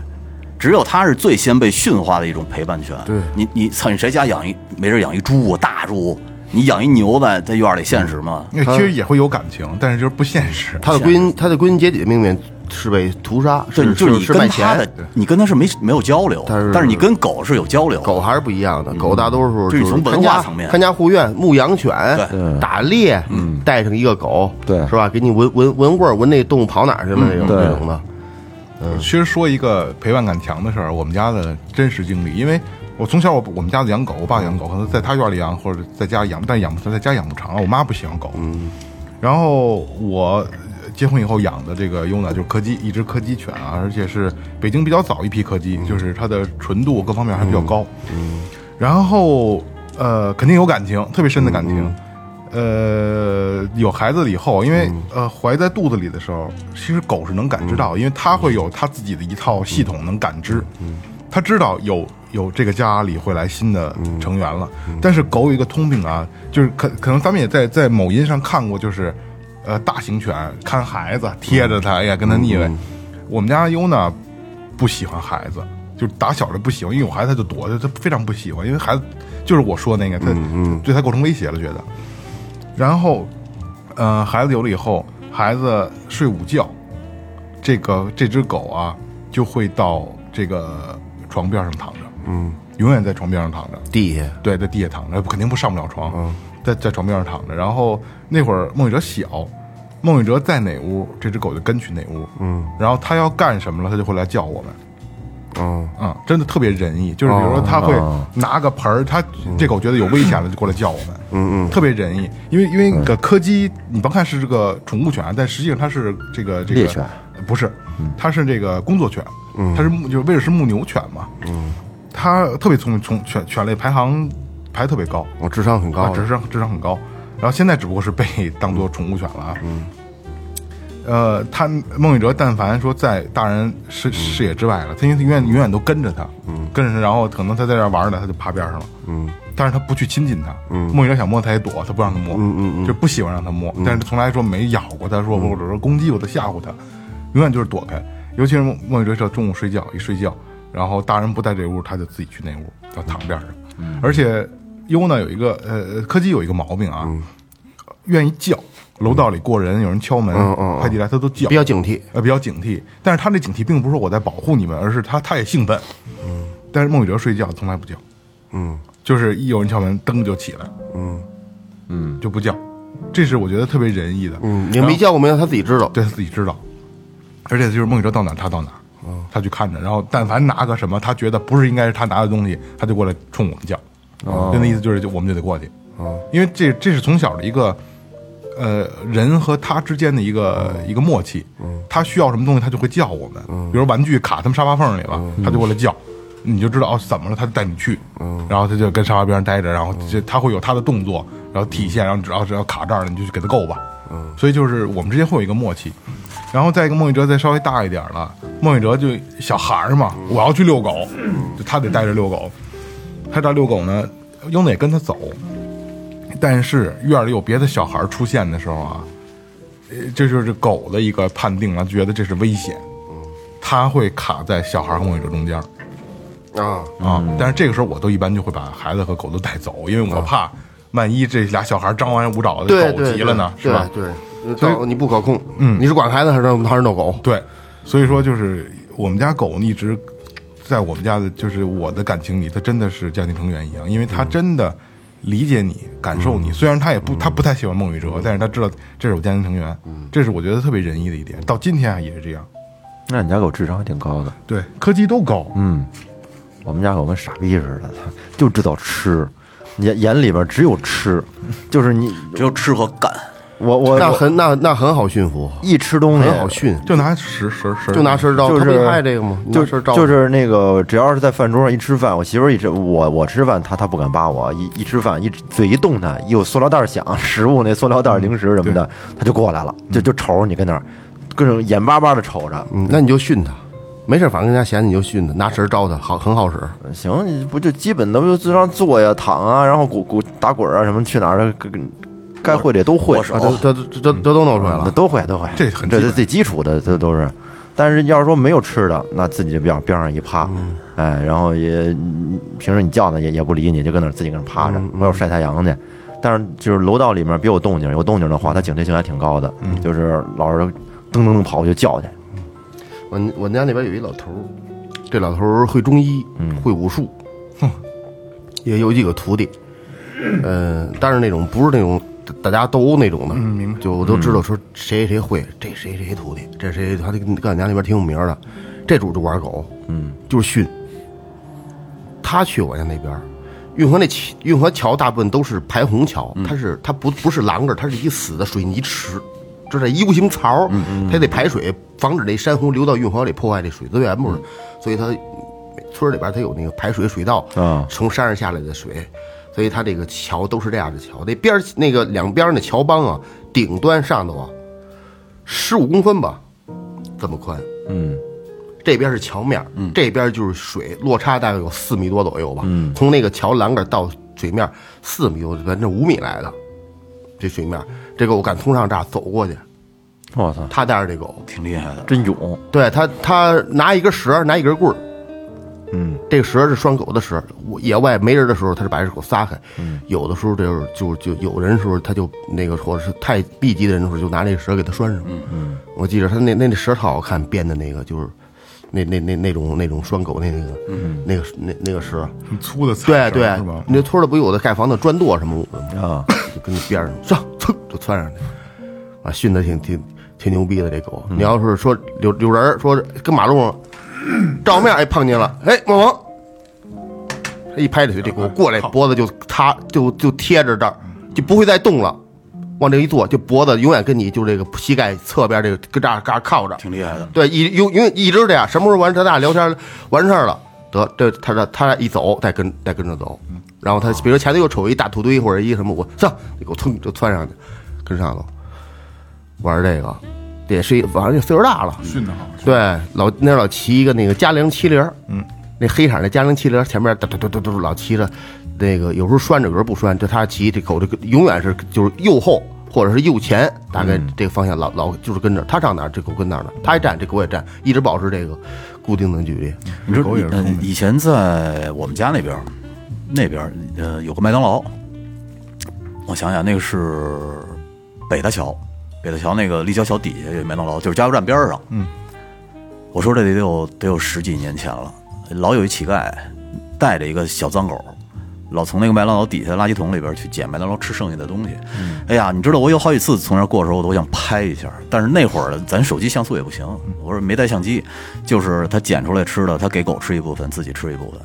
D: 只有它是最先被驯化的一种陪伴犬。对，你你操，你谁家养一没事养一猪大猪，你养一牛在在院里现实吗？
A: 那其实也会有感情，但是就是不现实。
B: 他的归因，他的归因结底的命运是被屠杀，
D: 对，
B: 是
D: 就是是你
B: 是
D: 跟
B: 卖
D: 他的
B: 钱。，
D: 你跟他是没没有交流，
B: 但是
D: 但是你跟狗是有交流。
B: 狗还是不一样的，狗大多数
D: 这是
B: 就是
D: 从文
B: 看家
D: 化层面
B: 看家护院、牧羊犬
D: 对、
B: 打猎，带上一个狗，
C: 嗯对
B: 是吧？给你闻闻闻味儿，闻那动物跑哪儿去了那种
C: 对
B: 那种的，
A: 其实说一个陪伴感强的事儿，我们家的真实经历，因为我从小我我们家养狗，我爸养狗，可能在他院里养或者在家养，但养不在家养不长了，我妈不喜欢狗。嗯，然后我结婚以后养的这个优娜就是柯基，一只柯基犬啊，而且是北京比较早一批柯基，就是它的纯度各方面还比较高。嗯，然后呃，肯定有感情，特别深的感情。呃，有孩子了以后，因为、呃怀在肚子里的时候，其实狗是能感知到，因为它会有它自己的一套系统能感知，它知道有有这个家里会来新的成员了。但是狗有一个通病啊，就是可可能咱们也在在某音上看过，就是呃大型犬看孩子贴着它，哎呀跟它腻歪。我们家优呢不喜欢孩子，就是打小就不喜欢，因为有孩子他就躲着，他非常不喜欢，因为孩子就是我说那个，他对他构成威胁了，觉得。然后，呃，孩子有了以后，孩子睡午觉，这个这只狗啊就会到这个床边上躺着，嗯，永远在床边上躺着，
B: 地下
A: 对，在地下躺着，肯定不上不了床，在在床边上躺着。然后那会儿孟雨哲小，孟雨哲在哪屋，这只狗就跟去哪屋，嗯，然后它要干什么了，它就会来叫我们。
B: 嗯，
A: 啊、真的特别仁义，就是比如说它会拿个盆儿，它这狗觉得有危险了就过来叫我们，嗯嗯，特别仁义，因为因为那个柯基，你甭看是这个宠物犬啊，但实际上它是这个这个
C: 猎犬，
A: 不是，它是这个工作犬，它是牧就是威尔士牧牛犬嘛，嗯，它特别聪明，从犬犬类排行排特别高，
B: 我哦智商很
A: 啊
B: 高，，
A: 智商智商很高。然后现在只不过是被 当做宠物犬了啊。嗯。呃，他孟雨哲但凡说在大人视视野之外了，他因为永远永远都跟着他，嗯，跟着他，然后可能他在这儿玩呢，他就爬边上了，嗯，但是他不去亲近他，嗯，孟雨哲想摸他也躲，他不让他摸，嗯嗯嗯，就嗯不喜欢让他摸，但是从来说没咬过他，说或者说攻击过他，吓唬他，永远就是躲开。尤其是孟孟雨哲这中午睡觉一睡觉，然后大人不在这屋，他就自己去那屋，要躺边上。而且优呢有一个呃柯基有一个毛病啊，愿意叫，楼道里过人，有人敲门，快递来，他都叫，
B: 比较警惕。
A: 嗯呃比较警惕。但是他这警惕并不是说我在保护你们，而是他他也兴奋。但是孟雨哲睡觉从来不叫，
B: 嗯，
A: 就是一有人敲门，噔就起来，嗯嗯，就不叫。这是我觉得特别仁义的，
B: 嗯，你没教过没有？他自己知道。
A: 对他自己知道，而且就是孟雨哲到哪儿他到哪儿，他去看着，然后但凡拿个什么他觉得不是应该是他拿的东西，他就过来冲我们叫，就那意思就是就我们就得过去，因为这这是从小的一个。呃，人和他之间的一个、一个默契，他需要什么东西，他就会叫我们。比如玩具卡他们沙发缝里了，他就过来叫。你就知道哦怎么了，他就带你去，然后他就跟沙发边上待着，然后就他会有他的动作，然后体现，然后只要只要卡这儿了，你就去给他够吧。所以就是我们之间会有一个默契。然后再一个，孟玉哲再稍微大一点了，孟玉哲就小孩儿嘛，我要去遛狗，就他得带着遛狗，他这儿遛狗呢，英子也跟他走，但是院里有别的小孩儿出现的时候啊，呃，这就是狗的一个判定了，啊觉得这是危险，他会卡在小孩儿和母女者中间儿
B: 啊，
A: 啊。但是这个时候，我都一般就会把孩子和狗都带走，因为我怕万一这俩小孩儿张完舞爪
B: 啊对
A: 的狗
B: 对，
A: 急了呢，是
B: 对
A: 吧？
B: 对，狗你不可控，嗯，你是管孩子还是还是闹狗？
A: 对，所以说就是我们家狗一直在我们家的，就是我的感情里，它真的是家庭成员一样，因为
B: 嗯
A: 它真的理解你、感受你。虽然它也不，它不太喜欢孟雨哲，但是它知道这是我家庭成员，
B: 嗯
A: 这是我觉得特别仁义的一点。到今天还啊也是这样。
C: 那你家狗智商还挺高的，
A: 对，柯基都高，
B: 嗯
C: 我们家狗跟傻逼似的，它就知道吃，眼眼里边只有吃，就是你
D: 只有吃和干。
C: 我我
B: 那
C: 我
B: 很那那很好驯服，
C: 一吃东西
B: 很好驯，
A: 就拿十十十，
B: 就拿身招，
C: 就
B: 他
C: 是
B: 不爱这个吗？
C: 就
B: 拿身招
C: 就是那个，只要是在饭桌上一吃饭，我媳妇儿一吃我我吃饭，她她不敢扒我，一一吃饭一嘴一动弹，有塑料袋儿响，食物那塑料袋儿零食什么的，她就过来了，就就瞅着你跟那儿，各种眼巴巴的瞅着。
B: 嗯，那你就训他，没事，反正跟人家闲着你就训他，拿绳招他，好，很好使。
C: 行，你不就基本的不就这样坐呀、躺啊，然后滚滚打滚啊什么，去哪儿跟跟该会的也都会，
B: 啊，这这这这这都弄出来
C: 那
B: 了，
C: 嗯都会都会，
A: 这很
C: 这
A: 基本
C: 这最基础的这都是。但是要是说没有吃的，那自己就边边上一趴，
A: 嗯
C: 哎，然后也嗯平时你叫呢也也不理你，就跟那儿自己跟那儿趴
A: 嗯
C: 着，我要晒太阳去。但是就是楼道里面别有动静，有动静的话，它警惕性还挺高的，
A: 嗯
C: 就是老是噔噔噔跑过去叫去，
B: 我我家那边有一老头儿，这老头儿会中医，会武术，也有几个徒弟，嗯，但是那种不是那种大家斗殴那种的，就我都知道说谁谁会，这谁谁徒弟，这谁他跟俺家那边挺有名儿的，这主就玩狗，嗯，就是训。他去我家那边儿，运河那桥运河桥大部分都是排洪桥，它是它不不是栏杆儿，它是一个死的水泥池，就在 U 型槽儿，它得排水，防止这山洪流到运河里破坏这水资源，不是？所以它村儿里边儿它有那个排水水道
A: 嗯
C: 啊
B: 从山上下来的水，所以它这个桥都是这样的桥，那边儿那个两边儿那桥帮啊，顶端上头啊，十五公分吧，这么宽，这边是桥面，嗯，这边就是水，落差大概有四米多左右吧。嗯，从那个桥栏杆到水面四米多，反正五米来的，这水面，这狗敢从上这儿走过去，
C: 我操，
B: 他带着这狗，
D: 挺厉害的，
C: 真勇，
B: 对他，他拿一根绳儿，拿一根棍儿。嗯，这个绳儿是拴狗的绳儿。我野外没人的时候，他就把这狗撒开。嗯，有的时候就是就就有人的时候，他就那个或者是太密集的人的时候，就拿那个绳儿给他拴上。嗯嗯，我记着他那那那绳儿特好看，编的那个就是那那那那种那种拴狗那那个、那个那那个绳儿。
A: 很粗的菜绳
B: 对对
A: 是吧，？
B: 那嗯村儿里不有的盖房子砖垛什么
C: 啊，
B: 就跟那边上上噌就窜上去，啊，训的挺挺挺牛逼的这狗。啊你要是说有有人儿说跟马路上照面哎碰见了，哎，莫王，他一拍这腿，这狗过来脖子就塌就就贴着这儿，就不会再动了。往这一坐，就脖子永远跟你就这个膝盖侧边这个跟这儿嘎靠着，
D: 挺厉害的。
B: 对，一永永一直这样，什么时候完咱俩聊天完事儿了，得这他这他一走再跟再跟着走，然后他比如前头又瞅一大土堆或者一什么，我上这狗噌就窜上去，跟上头玩这个，这也是一反正岁数大了，
A: 训得好，
B: 对，老那老骑一个那个嘉陵七零，嗯，那黑色那嘉陵七零前面嘟嘟嘟嘟嘟老骑着，那个有时候拴着，有时候不拴，就他骑这狗这个永远是就是右后或者是右前，大概这个方向老老就是跟着他上哪儿这狗跟哪儿呢，他一站这狗也站，一直保持这个固定的距离。
D: 你说
A: 狗也是
D: 嗯
A: 聪明
D: 以前在我们家那边儿，那边儿呃有个麦当劳，我想想，那个是北大桥，北大桥那个立交桥底下有一麦当劳，就是加油站边儿上。嗯，我说这得有得有十几年前了，老有一乞丐带着一个小脏狗。老从那个麦当劳底下的垃圾桶里边去捡麦当劳吃剩下的东西，哎呀，你知道我有好几次从那儿过的时候，我都想拍一下，但是那会儿咱手机像素也不行，我说没带相机，就是他捡出来吃的，他给狗吃一部分，自己吃一部分，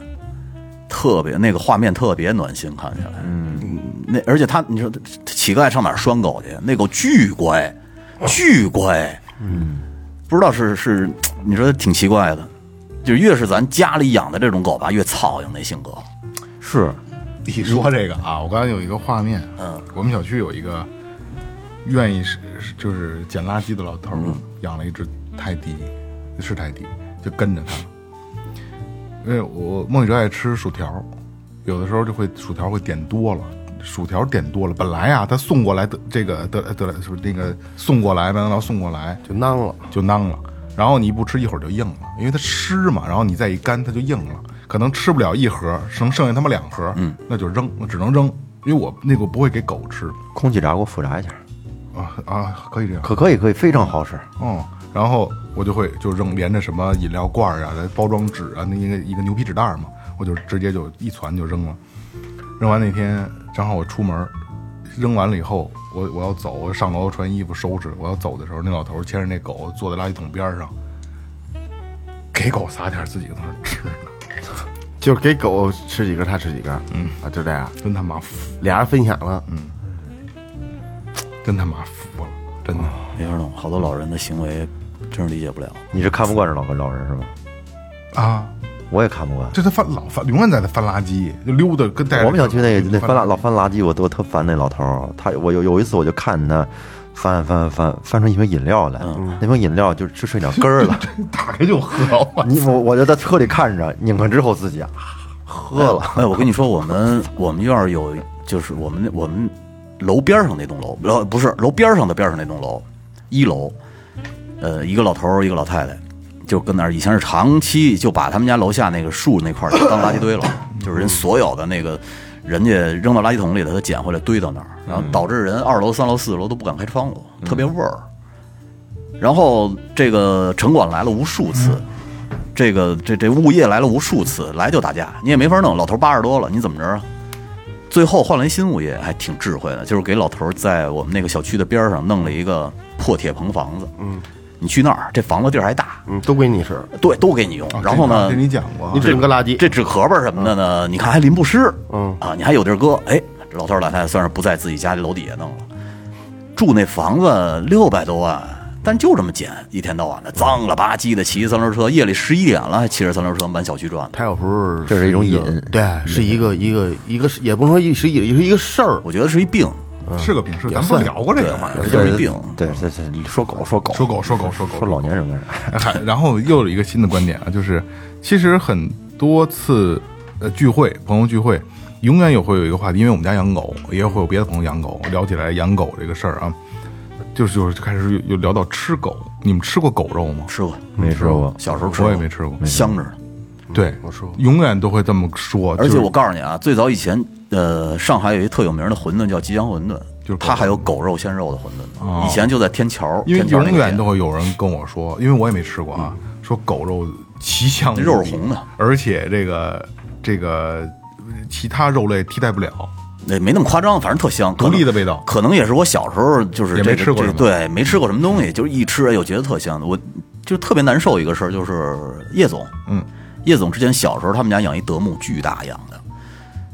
D: 特别那个画面特别暖心，看起来，嗯，那而且他你说他乞丐上哪儿拴狗去？那狗巨乖，巨乖，嗯，不知道是是，你说挺奇怪的，就越是咱家里养的这种狗吧，越操应那性格。
C: 是，
A: 你说这个啊，我刚才有一个画面，嗯，我们小区有一个愿意是是就是捡垃圾的老头儿，养了一只泰迪，是泰迪，就跟着他。因为我孟雨哲爱吃薯条，有的时候就会薯条会点多了。薯条点多了，本来啊，他送过来的这个德德莱是那个送过来麦当劳送过来，
B: 就囊了。
A: 就囊了。然后你一不吃，一会儿就硬了，因为它湿嘛。然后你再一干，它就硬了。可能吃不了一盒，剩剩下他妈两盒，嗯，那就扔，那只能扔。因为我那个不会给狗吃
C: 空气炸锅复炸一下，
A: 啊啊，可以这样
C: 可可以可以，非常好使。
A: 哦。然后我就会就扔，连着什么饮料罐儿啊、包装纸啊，那一个一个牛皮纸袋儿嘛，我就直接就一攒就扔了。扔完那天正好我出门，扔完了以后，我我要走，我上楼穿衣服收拾，我要走的时候，那老头牵着那狗坐在垃圾桶边上，给狗撒点儿，自己在那儿吃 呢，
B: 就是给狗吃几根，它吃几根，嗯啊，就这样，
A: 真他妈服，
B: 俩人分享了，嗯，
A: 真他妈服了，真的。
D: 没法弄，好多老人的行为真是理解不了。
C: 你是看不惯这老个老人是吧？
A: 啊，
C: 我也看不惯。
A: 就他翻老翻，永远在那翻垃圾，就溜达跟带着
C: 我们小区那
A: 狗
C: 那翻垃老翻垃圾，我都特烦那老头儿。他我有有一次我就看他翻翻翻翻出一瓶饮料来，那瓶饮料就就剩两根 儿了。
A: 打开 就喝，我
C: 你我我就在车里看着，拧开之后自己啊喝了。
D: 哎，我跟你说，我们我们院儿有，就是我们那我们楼边儿上那栋楼，楼不是楼边儿上的边儿上那栋楼，一楼，呃，一个老头儿，一个老太太，就跟那儿以前是长期就把他们家楼下那个树那块儿就当垃圾堆了，就是人所有的那个人家扔到垃圾桶里头，他捡回来堆到那儿，然
C: 嗯
D: 后导致人二楼、三楼、四楼都不敢开窗户，特别味儿。然后这个城管来了无数次，
C: 嗯
D: 这个这这物业来了无数次，来就打架，你也没法弄。老头八十多了，你怎么着啊？最后换了一新物业，还挺智慧的，就是给老头在我们那个小区的边上弄了一个破铁棚房子。嗯，你去那儿，这房子地儿还大，
B: 嗯，都归你吃，
D: 对，都给你用。
A: 哦
D: 然后呢
A: 跟，你讲过啊，
B: 你只能搁垃圾，
D: 这纸壳儿什么的呢，你看还淋不湿，
B: 嗯
D: 啊，你还有地儿搁。哎，这老头老太太算是不在自己家里楼底下弄了，住那房子六百多万，但就这么捡，一天到晚的脏了吧唧的，骑三轮车，夜里十一点了还骑着三轮车满小区转。
B: 它要不是
C: 这是一种瘾
B: 个对，是一个一个一个，也不能说一是一个一个事儿，
D: 我觉得是一病，
A: 是个饼是，咱们聊过这个玩意儿。
D: 这就是一病。
C: 对对对，你说狗说狗
A: 说狗说狗说狗
C: 说老年人干啥？
A: 哎还然后又有一个新的观点啊，就是其实很多次呃聚会，朋友聚会，永远有会有一个话题，因为我们家养狗，也会有别的朋友养狗，聊起来养狗这个事儿啊，就是就是开始又又聊到吃狗，你们吃过狗肉吗？
D: 吃过，
C: 没吃过，
D: 小时候吃
A: 我
D: 过，
A: 也没吃过
D: 香着呢。
A: 对，
B: 我吃过
A: 永远都会这么说，
D: 而且
A: 就是
D: 我告诉你啊，最早以前，呃，上海有一特有名的馄饨叫吉祥馄饨，
A: 就是狗肉哦
D: 它还有狗肉鲜肉的馄饨。以前就在天桥，
A: 因为
D: 天桥那个
A: 永远
D: 店嗯
A: 都会有人跟我说，因为我也没吃过啊，说狗肉奇香无比，
D: 肉是啊红的
A: 而且这个这个其他肉类替代不了，
D: 那没那么夸张，反正特香，
A: 独
D: 可能
A: 立的味道
D: 可能也是我小时候就是
A: 也
D: 这
A: 没
D: 个
A: 吃过
D: 这个
A: 什么
D: 对，没吃过什么东西，就是一吃哎呦觉得特香的。我就特别难受一个事儿，就是叶总，
A: 嗯，
D: 叶总之前小时候他们家养一德牧，巨大养的，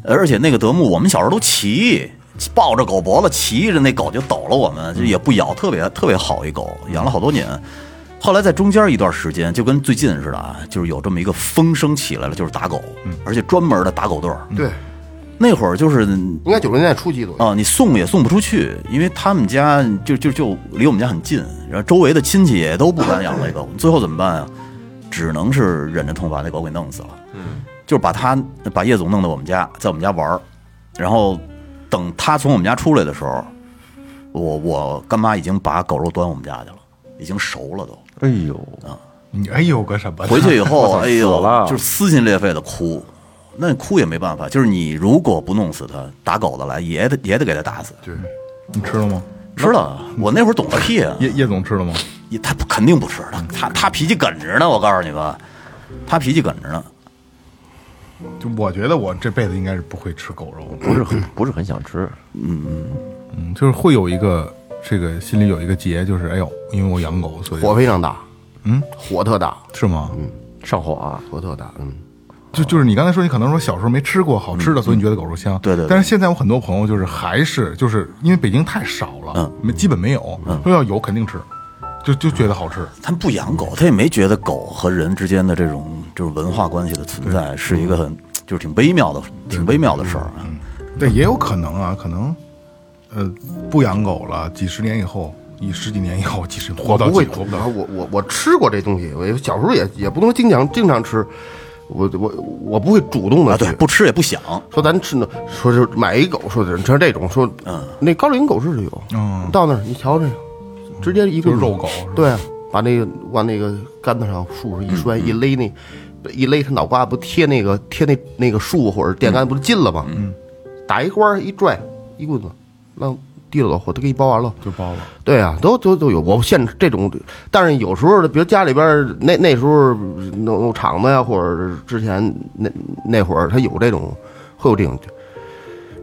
D: 而且那个德牧我们小时候都骑，抱着狗脖子骑着，那狗就抖了我们，就也不咬，特别特别好一狗，养了好多年。后来在中间一段时间，就跟最近似的啊，就是有这么一个风声起来了，就是打狗，
A: 嗯
D: 而且专门的打狗队儿。
B: 对，
D: 那会儿就是
B: 应该九十年代初期左右，
D: 啊，你送也送不出去，因为他们家就就就离我们家很近，然后周围的亲戚也都不敢养那狗，最后怎么办啊？只能是忍着痛把那狗给弄死了。嗯，就是把他把叶总弄到我们家，在我们家玩儿，然后等他从我们家出来的时候，我我干妈已经把狗肉端我们家去了，已经熟了 都。
C: 哎呦，
A: 你哎有个什么呢
D: 回去以后，哎呦
C: 死了，
D: 就是撕心裂肺的哭。那哭也没办法，就是你如果不弄死他，打狗的来也得也得给他打死。
A: 对，你吃了吗？
D: 吃了，我那会儿懂个屁啊！
A: 叶叶总吃了吗？
D: 也他肯定不吃，他他他脾气梗着呢，我告诉你吧，他脾气梗着呢。
A: 就我觉得我这辈子应该是不会吃狗肉的，
C: 不是很不是很想吃，
A: 嗯，就是会有一个这个心里有一个结，就是哎呦，因为我嗯养狗，所以
B: 火非常大，
A: 嗯，
B: 火特大，
A: 是吗？
C: 上火啊。
B: 火特大，嗯，
A: 就就是你刚才说，你可能说小时候没吃过好吃的，所以你觉得狗肉香。
D: 对对对
A: 但是现在我很多朋友就是还是就是因为北京太少了，
D: 嗯
A: 没基本没有，说要有肯定吃，就就觉得好吃。
D: 他们不养狗，他也没觉得狗和人之间的这种就是文化关系的存在，是一个很嗯就是挺微妙的、挺微妙的事儿啊。
A: 对，也有可能啊，可能，呃，不养狗了，几十年以后，一十几年以后，几十活不
B: 我
A: 到
B: 不会
A: 几活不到，
B: 我我我吃过这东西，我小时候也也不能经常经常吃，我我我不会主动的
D: 啊，对，不吃也不想，
B: 说咱吃呢，说就是买一狗，说的像这种，说那高岭狗市有，
A: 嗯
B: 到那儿你瞧这个，直接一顿
A: 就是肉狗是吧
B: 对啊，把那个往那个杆子上树上一摔，一勒那，一勒它脑瓜不贴那个贴那那个树或者电杆不是进了吗？
A: 嗯
B: 打一弯儿一拽一棍子，让地了老虎，都给你包完了。
A: 就包了。
B: 对啊，都都都有。我现这种，但是有时候，比如家里边儿那那时候弄弄厂子呀，或者是之前那那会儿，他有这种，会有这种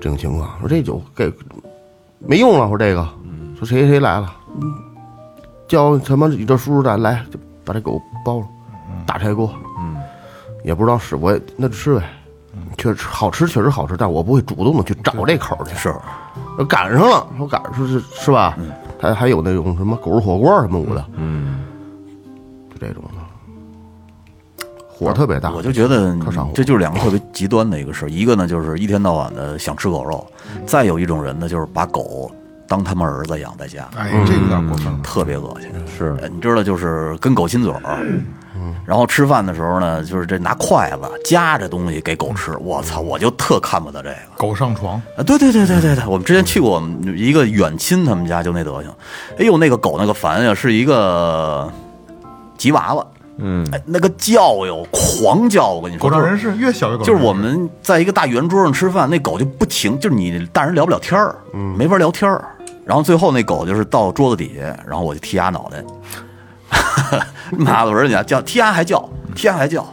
B: 这种情况。说这酒给没用了，说这个，说谁谁来了，嗯，叫什么你这叔叔来来，就把这狗包了，大柴锅，嗯，也不知道是我也那就吃呗。确实好吃，确实好吃，但我不会主动的去找这口儿去。
D: 是
B: 赶上了，我赶上是是吧？
D: 嗯
B: 还还有那种什么狗肉火锅什么我的，嗯，就这种的，火特别大。
D: 啊我就觉得
B: 特上火
D: 这就是两个特别极端的一个事儿。一个呢，就是一天到晚的想吃狗肉；再有一种人呢，就是把狗当他们儿子养在家，
A: 哎，这个有点过分了。
D: 特别恶心。
C: 是
D: 呃你知道，就是跟狗亲嘴儿，然后吃饭的时候呢，就是这拿筷子夹着东西给狗吃。我操，我就特看不得这个。
A: 狗上床，
D: 啊，嗯对对对对对对，我们之前去过我们一个远亲他们家，就那德行。哎呦，那个狗那个烦呀，是一个吉娃娃，嗯，哎，那个叫哟，狂叫，我跟你说，
A: 狗仗
D: 就是
A: 人势，越小
B: 嗯
A: 越狗。
D: 就是我，们在一个大圆桌上吃饭，那狗就不停，就是你大人聊不了天儿，
B: 嗯
D: 没法聊天儿。然后最后那狗就是到桌子底下，然后我就踢它脑袋， 妈的，我说你啊叫踢它还叫，踢它还叫，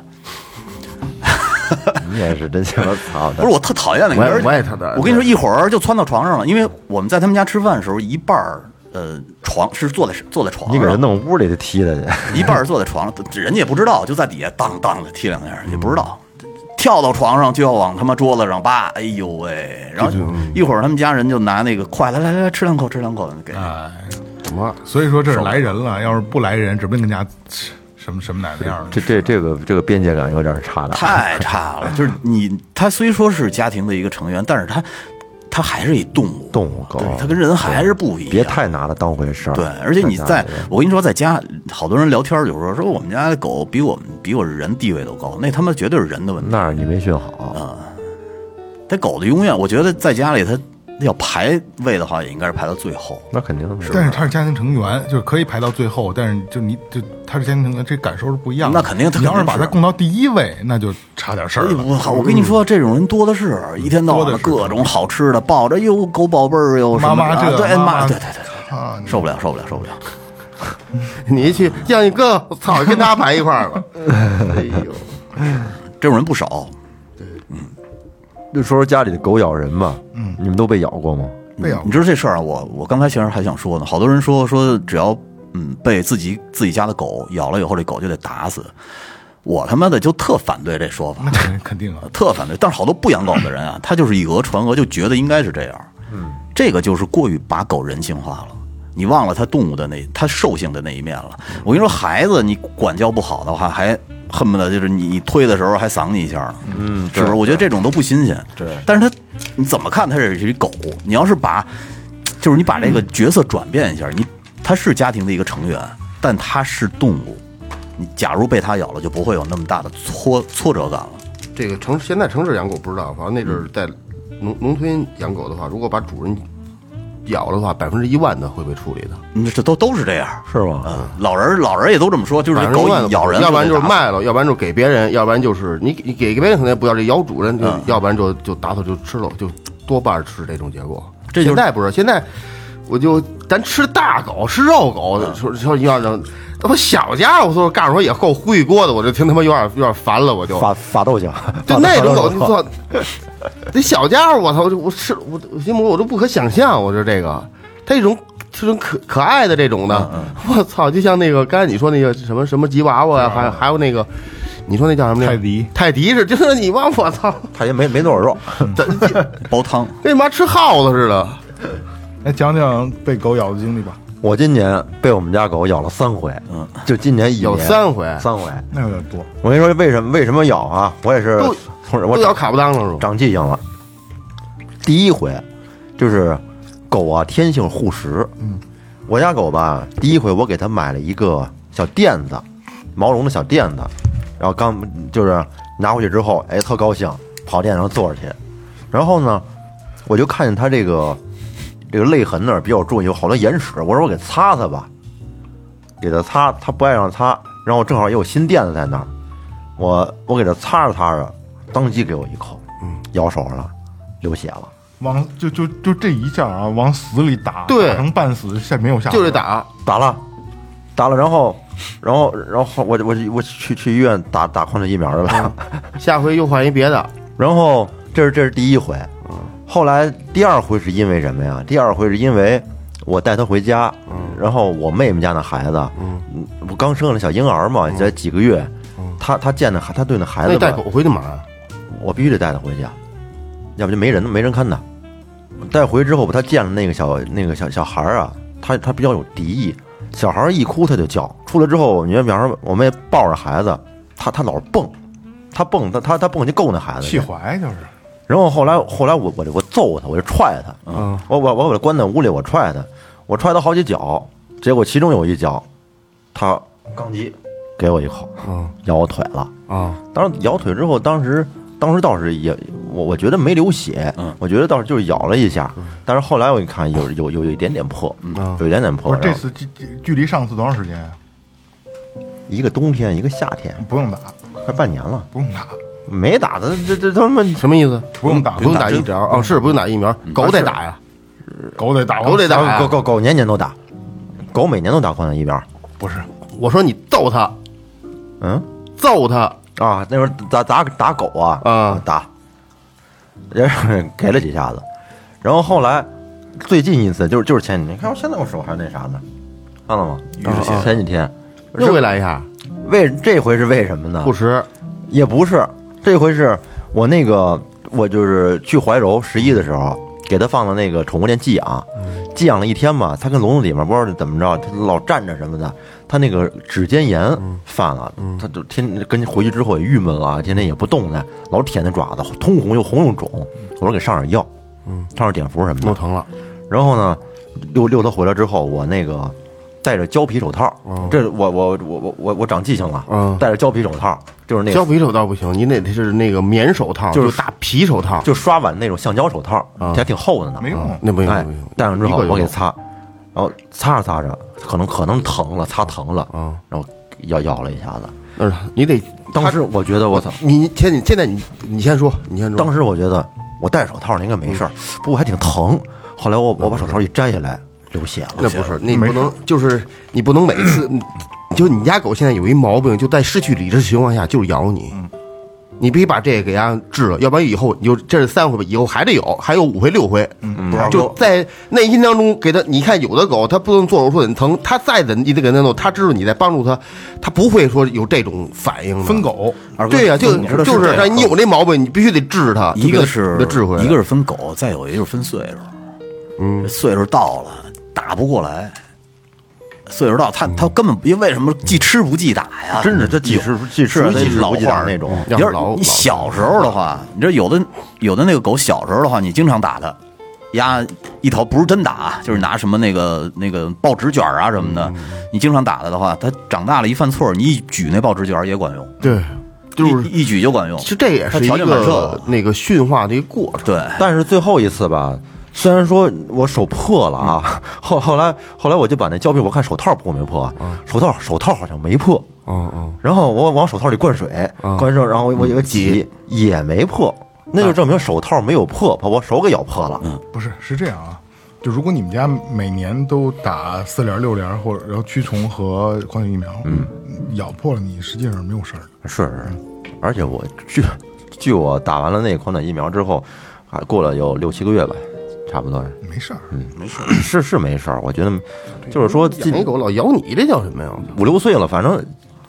C: 你也是真行，操
D: 不是我特讨厌那个
B: 我也
D: 人，
B: 我也特讨厌
D: 我跟你说，一会儿就窜到床上了，因为我们在他们家吃饭的时候，一半儿呃床是坐在坐在床上，
C: 你给人弄屋里就踢他去，
D: 一半儿坐在床上，人家也不知道，就在底下当当的踢两下，也不知道，
C: 嗯
D: 跳到床上就要往他妈桌子上扒，哎呦喂！然后一会儿他们家人就拿那个筷子，来来来，吃两口，吃两口，
C: 啊
D: 给
A: 哎，
B: 怎么
A: 所以说这是来人了，要是不来人，指不定跟家吃什么什么奶奶样儿呢。
C: 这这这个这个边界感有点差了。
D: 太差了。就是你，他虽说是家庭的一个成员，但是他他还是一动物，
C: 动物狗
D: 对，他跟人还是不一样。
C: 别太拿它当回事儿。
D: 对，而且你
C: 太拿
D: 在
C: 它，
D: 我跟你说，在家好多人聊天儿就说说我们家的狗比我们比我人地位都高，那他妈绝对是人的问题。
C: 那儿你没训好，
D: 这狗的永远，我觉得在家里它要排位的话，也应该是排到最后。
C: 那肯定的
A: 但是他是家庭成员，就是可以排到最后，但是就你就他是家庭成员，这感受是不一样的。
D: 那肯定他
A: 你要是
D: 肯定
A: 把
D: 是
A: 他供到第一位，那就差点事儿
D: 哎呦
A: 了。
D: 我靠！我跟你说，这种人多的是，一天到晚
A: 多
D: 的
A: 的是
D: 各种好吃的，抱着哟狗宝贝儿哟什
A: 妈
D: 么的
A: 妈
D: 啊
A: 这
D: 对
A: 妈妈
D: 妈对对对对，
A: 啊，你
D: 受不了受不了受不了。
B: 你一去像你哥，我操，跟他排一块儿 了。哎呦，
D: 这种人不少，
C: 就说说家里的狗咬人吧，嗯，你们都被咬过吗？
A: 被咬
D: 你知道这事儿啊？我我刚才其实还想说呢，好多人说说只要嗯被自己自己家的狗咬了以后，这狗就得打死。我他妈的就特反对这说法
A: 那，肯定肯定啊，
D: 特反对。但是好多不养狗的 人啊，他就是以讹传讹，就觉得应该是这样。嗯，这个就是过于把狗人性化了。你忘了它动物的那它兽性的那一面了。我跟你说，孩子你管教不好的话，还恨不得就是你推的时候还搡你一下呢。嗯，是不是？我觉得这种都不新鲜。对，但是它你怎么看它是一狗？你要是把就是你把这个角色转变一下，你它是家庭的一个成员，但它是动物。你假如被它咬了，就不会有那么大的挫挫折感了。
B: 这个城现在城市养狗不知道，反正那阵儿在农农村养狗的话，如果把主人咬了的话，百分之一万的会被处理的，
D: 嗯，这都都是这样，
C: 是吗？
D: 嗯，老人老人也都这么说，就是
B: 百
D: 这
B: 分之
D: 狗
B: 一万的
D: 咬人，
B: 要不然就是，卖了，要不然就给别人，要不然就是你你给别人肯定不要，这咬主人
D: 嗯
B: 就，要不然就就打死就吃了，就多半是这种结果。
D: 这就是
B: 现在不是现在，我就咱吃大狗吃肉
D: 嗯
B: 狗，说说要让他妈小家，我说告诉我也够灰锅的，我就听他妈有点有点烦了，我就
C: 发发豆型，
B: 就
C: 发
B: 那种
C: 发
B: 狗，
C: 豆
B: 你
C: 型
B: 操，那小家伙，我操，我就我是我我心目我都不可想象，我说这个，它一种这种可可爱的这种的， 我操，就像那个刚才你说那个什么什么吉娃娃呀，还还有那个，你说那叫什么来着？
A: 泰迪
B: 泰迪是，就是你妈，我操，
C: 他也没没多少肉，
B: 咱
D: 煲汤，
B: 跟你妈吃耗子似的。
A: 来讲讲被狗咬的经历吧。
C: 我今年被我们家狗咬了三回，嗯，就今年一年
B: 咬三回
C: 三回。
A: 那有点多。
C: 我跟你说为什么为什么咬啊？我也是
B: 都
C: 从我
B: 都咬卡布当了是吧？
C: 长记性了。第一回就是狗啊，天性护食。嗯，我家狗吧，第一回我给它买了一个小垫子，毛绒的小垫子，然后刚就是拿回去之后，哎，特高兴，跑垫上坐着去。然后呢，我就看见它这个这个泪痕那儿比较重，有好多眼屎，我说我给擦擦吧，给它擦，它不爱让擦。然后正好也有新垫子在那儿，我我给它擦着擦着，当即给我一口，
B: 嗯
C: 咬手上了，流血了。
A: 往就就就这一下啊，往死里打，
B: 对
A: 打成半死，下没有下文，
B: 就这打，
C: 打了，打了，然后，然后，然后我我我去去医院打打狂犬疫苗去了，
B: 下回又换一别的。
C: 然后这是这是第一回，
B: 嗯
C: 后来第二回是因为什么呀？第二回是因为我带他回家，
B: 嗯
C: 然后我妹妹家那孩子，嗯，我刚生了小婴儿嘛，才几个月，他他见那孩，他对那孩
B: 嗯那
C: 子
B: 你带
C: 吧，
B: 狗回去嘛呀？
C: 我必须得带他回家，要不就没人没人看他。带回之后吧，他见了那个小那个小小孩儿啊，他他比较有敌意，小孩儿一哭他就叫。出来之后，你看，比方说我们也抱着孩子，他他老是蹦，他蹦他他他蹦就够那孩子去
A: 气。怀就是。
C: 然后后来后来我我就我揍他，我就踹他，嗯，我我我把他关在屋里，我踹他，我踹他好几脚，结果其中有一脚，他刚急给我一口，咬我腿了。
B: 啊，
C: 当时咬腿之后，当时当时倒是也，我我觉得没流血，我觉得倒是就是咬了一下，但是后来我一看有有有有一点点破，有一点点
A: 不
C: 破，
A: 是这
C: 然后
A: 次距距距离上次多长时间啊？
C: 一个冬天一个夏天，
A: 不用打，
C: 快半年了，
A: 不用打，
C: 没打的这这他妈
B: 什么意思？
A: 不用打
B: 不用打
A: 不用打
B: 疫苗哦，是不用打疫苗，狗得打呀。
A: 狗得打，
B: 狗得打呀
C: 狗狗狗年年都打，狗每年都打狂犬疫苗，
A: 不是
B: 我说你揍它，
C: 嗯
B: 揍它，
C: 啊那会儿打打打狗啊
B: 啊
C: 打，然后给了几下子，然后后来最近一次就是就是前几天，你看我现在我手还那啥呢，看到吗？啊前几天。
B: 又给来一
C: 啊
B: 下，
C: 为这回是为什么呢？
B: 不吃。
C: 也不是，这回是我那个我就是去怀柔十一的时候，给它放到那个宠物店寄养，寄养了一天嘛，它跟笼子里面不知道怎么着，它老站着什么的，它那个指尖炎犯了，它就天跟回去之后也郁闷了，天天也不动弹，老舔那爪子，通红又红又肿，我说给上点药，上点碘伏什么的，
B: 弄疼了，
C: 然后呢，遛遛它回来之后，我那个戴着胶皮手套，这我我我我我我长记性了，
B: 嗯
C: 戴着胶皮手套，就是那个
B: 胶皮手套不行，你得是那个棉手套，
C: 就是
B: 就大皮手套，
C: 就刷碗那种橡胶手套，
B: 啊
C: 还挺厚的呢。
A: 没用，
B: 那不
C: 哎
B: 行不行，。
C: 戴上之后
B: 一个就
C: 我给
B: 够
C: 擦，然后擦着擦着，可能可能疼了，擦疼了，
B: 嗯
C: 然后咬咬了一下子。
B: 那是你得，
C: 当时我觉得我操，
B: 你现你现在你你先说，你先说。
C: 当时我觉得我戴手套应该没事儿，
B: 嗯
C: 不过还挺疼。后来我我把手套一摘下来，流血了。
B: 那不是，你不能就是你不能每 次，你就你家狗现在有一毛病，就在失去理智的情况下就是咬你，
C: 嗯
B: 你必须把这个给它治了，要不然以后你就这是三回吧，以后还得有，还有五回六回，
C: 嗯
A: 嗯
B: 就
D: 哦
B: 在内心当中给它。你看有的狗它不能做手术很疼，它再怎么你得给它弄，它知道你在帮助它，它不会说有这种反应的。
A: 分狗，
B: 对呀、就
D: 你知道
B: 就
D: 这
B: 是是
D: 样
B: 让你有这毛病，你必须得治它，
D: 一
B: 就
D: 个
B: 给它
D: 是
B: 给它治回来，
D: 一个是分狗，再有一个就是分岁数。嗯，岁数到了打不过来，岁数到他
B: 嗯
D: 他根本因为为什么记吃不记打呀？
C: 真是这记吃记吃
D: 是
C: 不
D: 那
C: 记吃
D: 老
C: 不记打
D: 话儿
C: 那种
D: 你要
B: 要是
D: 是
B: 老
D: 你小时候的话，你知道有的有的那个狗小时候的话，你经常打它，压一头不是真打啊，就是拿什么那个那个报纸卷儿啊什么
B: 嗯
D: 的，你经常打它的话，它长大了一犯错儿，你一举那报纸卷儿也管用，
B: 对，就是
D: 一一举就管用
B: 其。实这也
D: 它
B: 是一
D: 条件反射了
B: 个那个驯化的一个过程。
D: 对，
C: 但是最后一次吧，虽然说我手破了
B: 嗯
C: 啊，后后来后来我就把那胶皮，我看手套破没破啊，手套手套好像没破，
B: 嗯
D: 哦
B: 嗯，
C: 然后我往手套里灌水，灌水，然后我我有个挤也没破，那就证明手套没有破，把我手给咬破了。
A: 不是是这样啊。就如果你们家每年都打四联、六联或者然后驱虫和狂犬疫苗，嗯，咬破了你实际上是没有事儿的。
C: 是是，是而且我据据我打完了那个狂犬疫苗之后，还过了有六七个月吧，差不多是
A: 没事儿，
C: 是是没事儿，我觉得就是说近
B: 养一狗老咬你，这叫 什么呀？。
C: 五六岁了，反正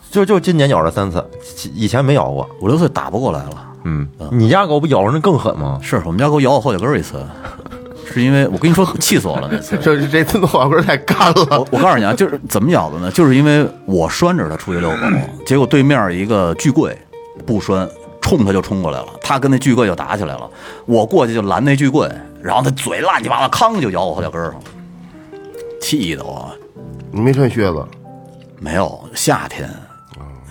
C: 就就今年咬了三次，其以前没咬过。
D: 五六岁打不过来了。
C: 嗯，你家狗不咬人更狠吗？
D: 是我们家狗咬我后脚跟儿一次， 是因为我跟你说气死我了那次
B: 这这次火锅太干了
D: 我，我告诉你啊，就是怎么咬的呢？就是因为我拴着他出去遛狗，结果对面一个巨贵不拴，冲他就冲过来了，他跟那巨贵就打起来了。我过去就拦那巨贵，然后他嘴乱七八糟，康就咬我后脚跟儿上了，气得我
B: 你没穿靴子，
D: 没有夏天，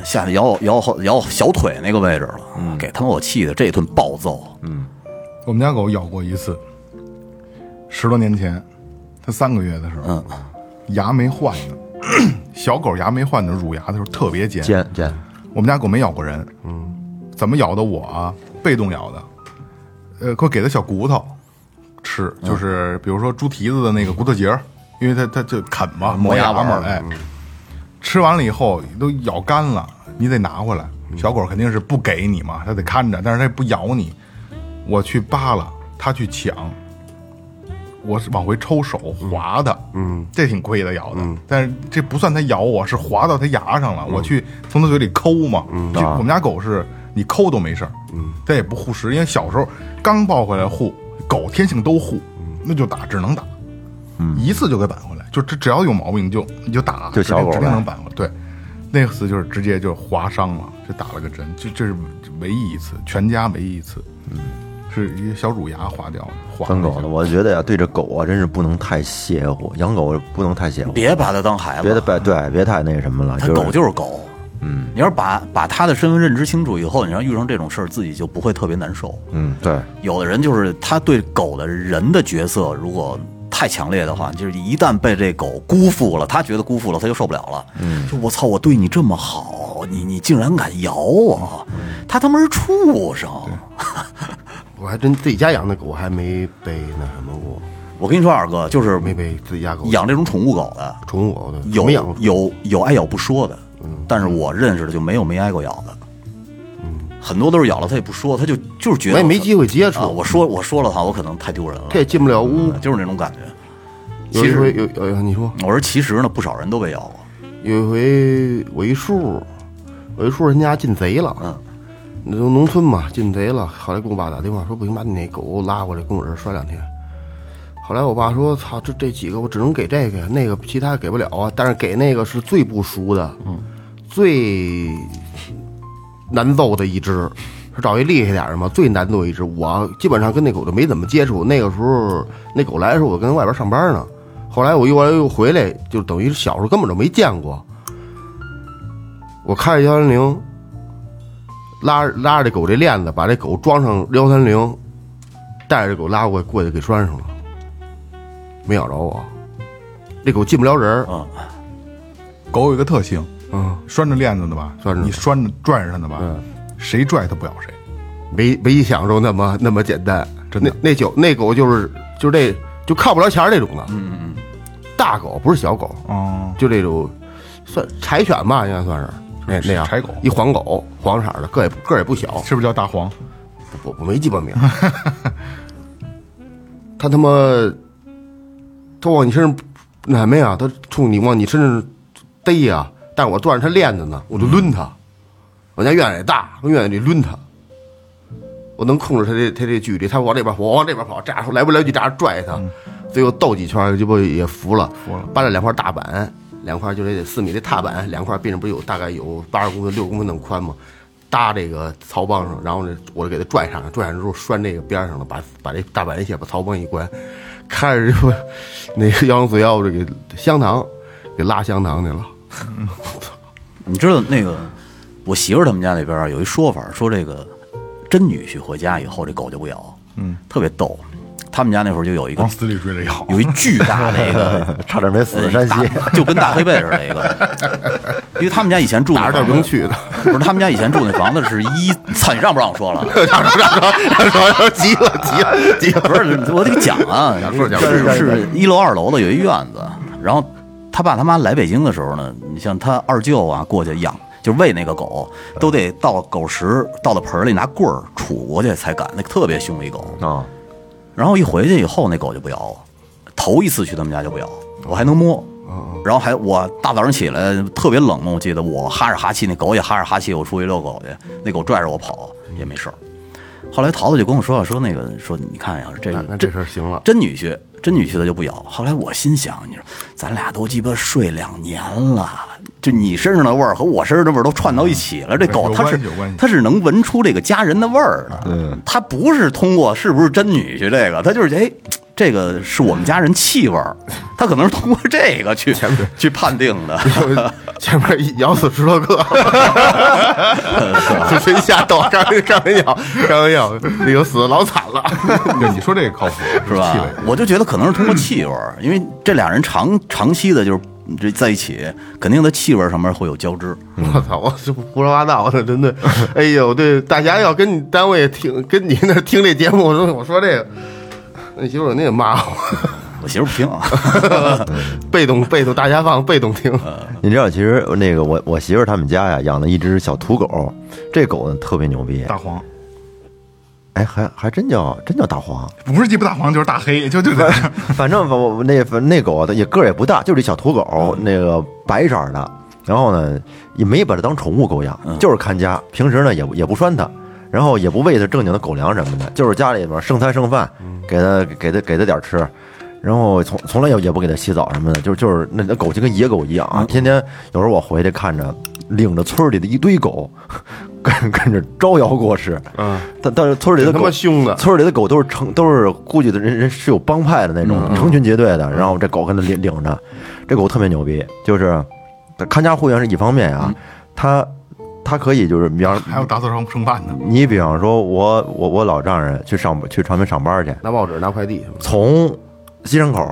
D: 夏天咬我咬我后咬我小腿那个位置了，给他妈我气的这一顿暴揍。
A: 我们家狗咬过一次，十多年前，它三个月的时候，牙没换呢。 小狗牙没换的乳牙的时候特别尖。
C: 尖尖，
A: 我们家狗没咬过人，嗯，怎么咬的我啊？被动咬的，呃，会给它小骨头吃，就是比如说猪蹄子的那个骨头节儿，因为它它就啃嘛，磨牙
D: 磨牙
A: 嘛，
D: 玩儿
A: 哎，吃完了以后都咬干了，你得拿回来。小狗肯定是不给你嘛，它得看着，但是它也不咬你。我去扒拉，它去抢，我是往回抽手划的，嗯，这挺亏的咬的，但是这不算它咬我，是划到它牙上了，我去从它嘴里抠嘛，嗯，我们家狗是你抠都没事儿，嗯，它也不护食，因为小时候刚抱回来护，狗天性都护，那就打，只能打，嗯，一次就给扳回来，就只只要有毛病你就你就打，
C: 就小狗
A: 指定
C: 呗
A: 指定能扳回来，对。那次就是直接就划伤了，就打了个针，这这是唯一一次，全家唯一一次，嗯，是一个小乳牙划掉了，划
C: 当
A: 了一
C: 狗
A: 下
C: 呢，我觉得呀，对这狗啊，真是不能太邪乎，养狗不能太邪乎，
D: 别把它当孩子，
C: 别的别对，别太那什么了，
D: 他
C: 就是
D: 狗就是狗。嗯，你要是把把他的身份认知清楚以后，你要遇上这种事儿，自己就不会特别难受。
C: 嗯，对，
D: 有的人就是他对狗的人的角色如果太强烈的话，就是一旦被这狗辜负了，他觉得辜负了，他就受不了了。嗯，就我操，我对你这么好，你你竟然敢咬我，他他妈是畜生！
B: 我还真自己家养的狗还没被那什么过，
D: 我跟你说，二哥就是
B: 没被自己家狗
D: 养这种宠物狗的，
B: 宠物狗的，
D: 有
B: 没养嗯过。
D: 有有挨咬不说的，但是我认识的就没有没挨过咬的，很多都是咬了他也不说，他就就是觉得
B: 嗯我也没机会接触
D: 啊。我说我说了他，我可能太丢人了，
B: 这也进不了屋。
D: 就是那种感觉。
B: 有
D: 其
B: 一
D: 实
B: 回有有有你说
D: 我说其实呢，不少人都被咬过，
B: 有一回我一叔，我一叔人家进贼了，
D: 嗯，
B: 那都农村嘛，进贼了。后来给我爸打电话说不行，把你那狗给我拉过来，跟我这儿拴两天。后来我爸说：“操，这这几个我只能给这个呀，那个其他给不了啊。但是给那个是最不熟的，嗯，最难揍的一只，是找一厉害点儿的嘛，最难揍一只。我基本上跟那狗就没怎么接触。那个时候，那狗来的时候，我跟外边上班呢。后来我又完又回来，就等于是小时候根本就没见过。我开着幺三零，拉着拉着这狗这链子，把这狗装上幺三零，带着这狗拉过去，过去给拴上了，没咬着我。这狗进不了人儿，
D: 嗯，
A: 狗有一个特性，
B: 嗯，
A: 拴着链子的吧，
B: 拴着
A: 你拴着拽着它的吧，
B: 嗯
A: 谁拽它不咬谁。
B: 没没想着那么那么简单。
A: 真的
B: 那那酒那狗就是就是这就靠不着前儿这种的，嗯嗯，大狗不是小狗，
A: 哦，
B: 就这种算柴犬吧，应该算是那
A: 是
B: 那样
A: 柴狗
B: 一黄狗，黄色儿的，个也不个儿也不小，
A: 是不是叫大黄？
B: 我我没鸡巴 名，他他妈，他往你身上那什么呀？他冲你往你身上逮呀、但我攥着他链子呢，我就抡他。我家院子也大，从院子里抡他，我能控制他这他这距离，他往这边跑，我往这边跑，这样来不来去这样拽他，最后斗几圈，鸡巴也服了，
A: 服了
B: 扒了两块大板，两块就得四米的踏板，两块边上不是有大概有八十公分、六公分那么宽吗？搭这个槽帮上，然后呢，我就给它拽上，拽上之后拴这个边上了，把把这大板一下，把槽帮一关，开着就那个幺零四幺这个香肠给拉香肠去了，
D: 你知道那个我媳妇儿他们家那边儿有一说法，说这个真女婿回家以后，这狗就不咬，嗯，特别逗。他们家那会儿就有一个
A: 往死里追着咬。
B: 嗯
D: 有一巨大的一个
C: 差点没死
D: 呃
C: 山西。
D: 大就跟大黑背似的一 个，因为他们家以前住
B: 打
D: 那
B: 着点
D: 房
B: 不能
D: 子，
B: 去的，
D: 不是他们家以前住那房子是一， 操你让不让我说 了？
B: 急了急了急了，
D: 不是，我得讲啊，
B: 说讲
D: 是
B: 说
D: 是一楼二楼的有一院子，然后他爸他妈来北京的时候呢，你像他二舅啊过去养。就是喂那个狗，都得倒狗食，倒到盆儿里拿棍儿杵过去才敢，那个特别凶一狗。
C: 啊，
D: 然后一回去以后，那狗就不咬我。头一次去他们家就不咬，我还能摸。
B: 嗯
D: 然后还我大早上起来特别冷嘛，我记得我哈着哈气，那狗也哈着哈气，我出去遛狗去，那狗拽着我跑也没事儿。后来桃子就跟我说说那个说你哎看呀，这
B: 那那
D: 这
B: 这事儿行了，
D: 啊真女婿，真女婿他就不咬。后来我心想，你说咱俩都鸡巴睡两年了，就你身上的味儿和我身上的味儿都串到一起了。这狗
A: 有
D: 它
A: 关系
D: 是
A: 有关系
D: 它是能闻出这个家人的味儿的，它不是通过是不是真女婿这个，它就是哎。这个是我们家人气味儿，他可能是通过这个去去判定的。
B: 前面一咬死十多 个，谁吓到？开玩开玩笑，开玩笑，那个死的老惨了。
A: 对，你说这个靠谱
D: 是吧
A: 气味？
D: 我就觉得可能是通过气味儿，因为这俩人长长期的就是这在一起，肯定在气味儿上面会有交织。
B: 我操！我这胡说八道的，真的。哎呦，对，大家要跟你单位听，跟你那儿听这节目，我说我说这个，那媳妇儿肯定骂我。
D: 我媳妇儿不听啊，
B: 被 动被动，大家放被动听。
C: 你知道，其实那个我我媳妇儿他们家呀养了一只小土狗，这狗呢特别牛逼，
A: 大黄
C: 哎，还还真叫真叫大黄，
A: 不是鸡巴大黄就是大黑，就就在那儿
C: 反正我我那那狗啊它也个儿也不大，就是一小土
B: 嗯
C: 狗，那个白色儿的。然后呢，也没把它当宠物狗养，
B: 嗯
C: 就是看家。平时呢也不也不拴它，然后也不喂它正经的狗粮什么的，就是家里边剩菜剩饭，
B: 嗯
C: 给它给它给它点儿吃。然后从从来也也不给它洗澡什么的，就是就是那那狗就跟野狗一样
B: 嗯
C: 啊，天天有时候我回去看着，领着村里的一堆狗， 跟跟着招摇过市。嗯，但但是村里的
B: 真他
C: 狗
B: 妈凶的
C: 村里的狗都是成都是估计的人人是有帮派的那种，成群结队的。然后这狗跟他领领着，这狗特别牛逼，就是看家护院是一方面啊，它它可以就是比方
A: 还有打扫剩剩饭呢。
C: 你比方说我我我老丈人去上去传媒上班去，
B: 拿报纸，拿快递，
C: 从西山口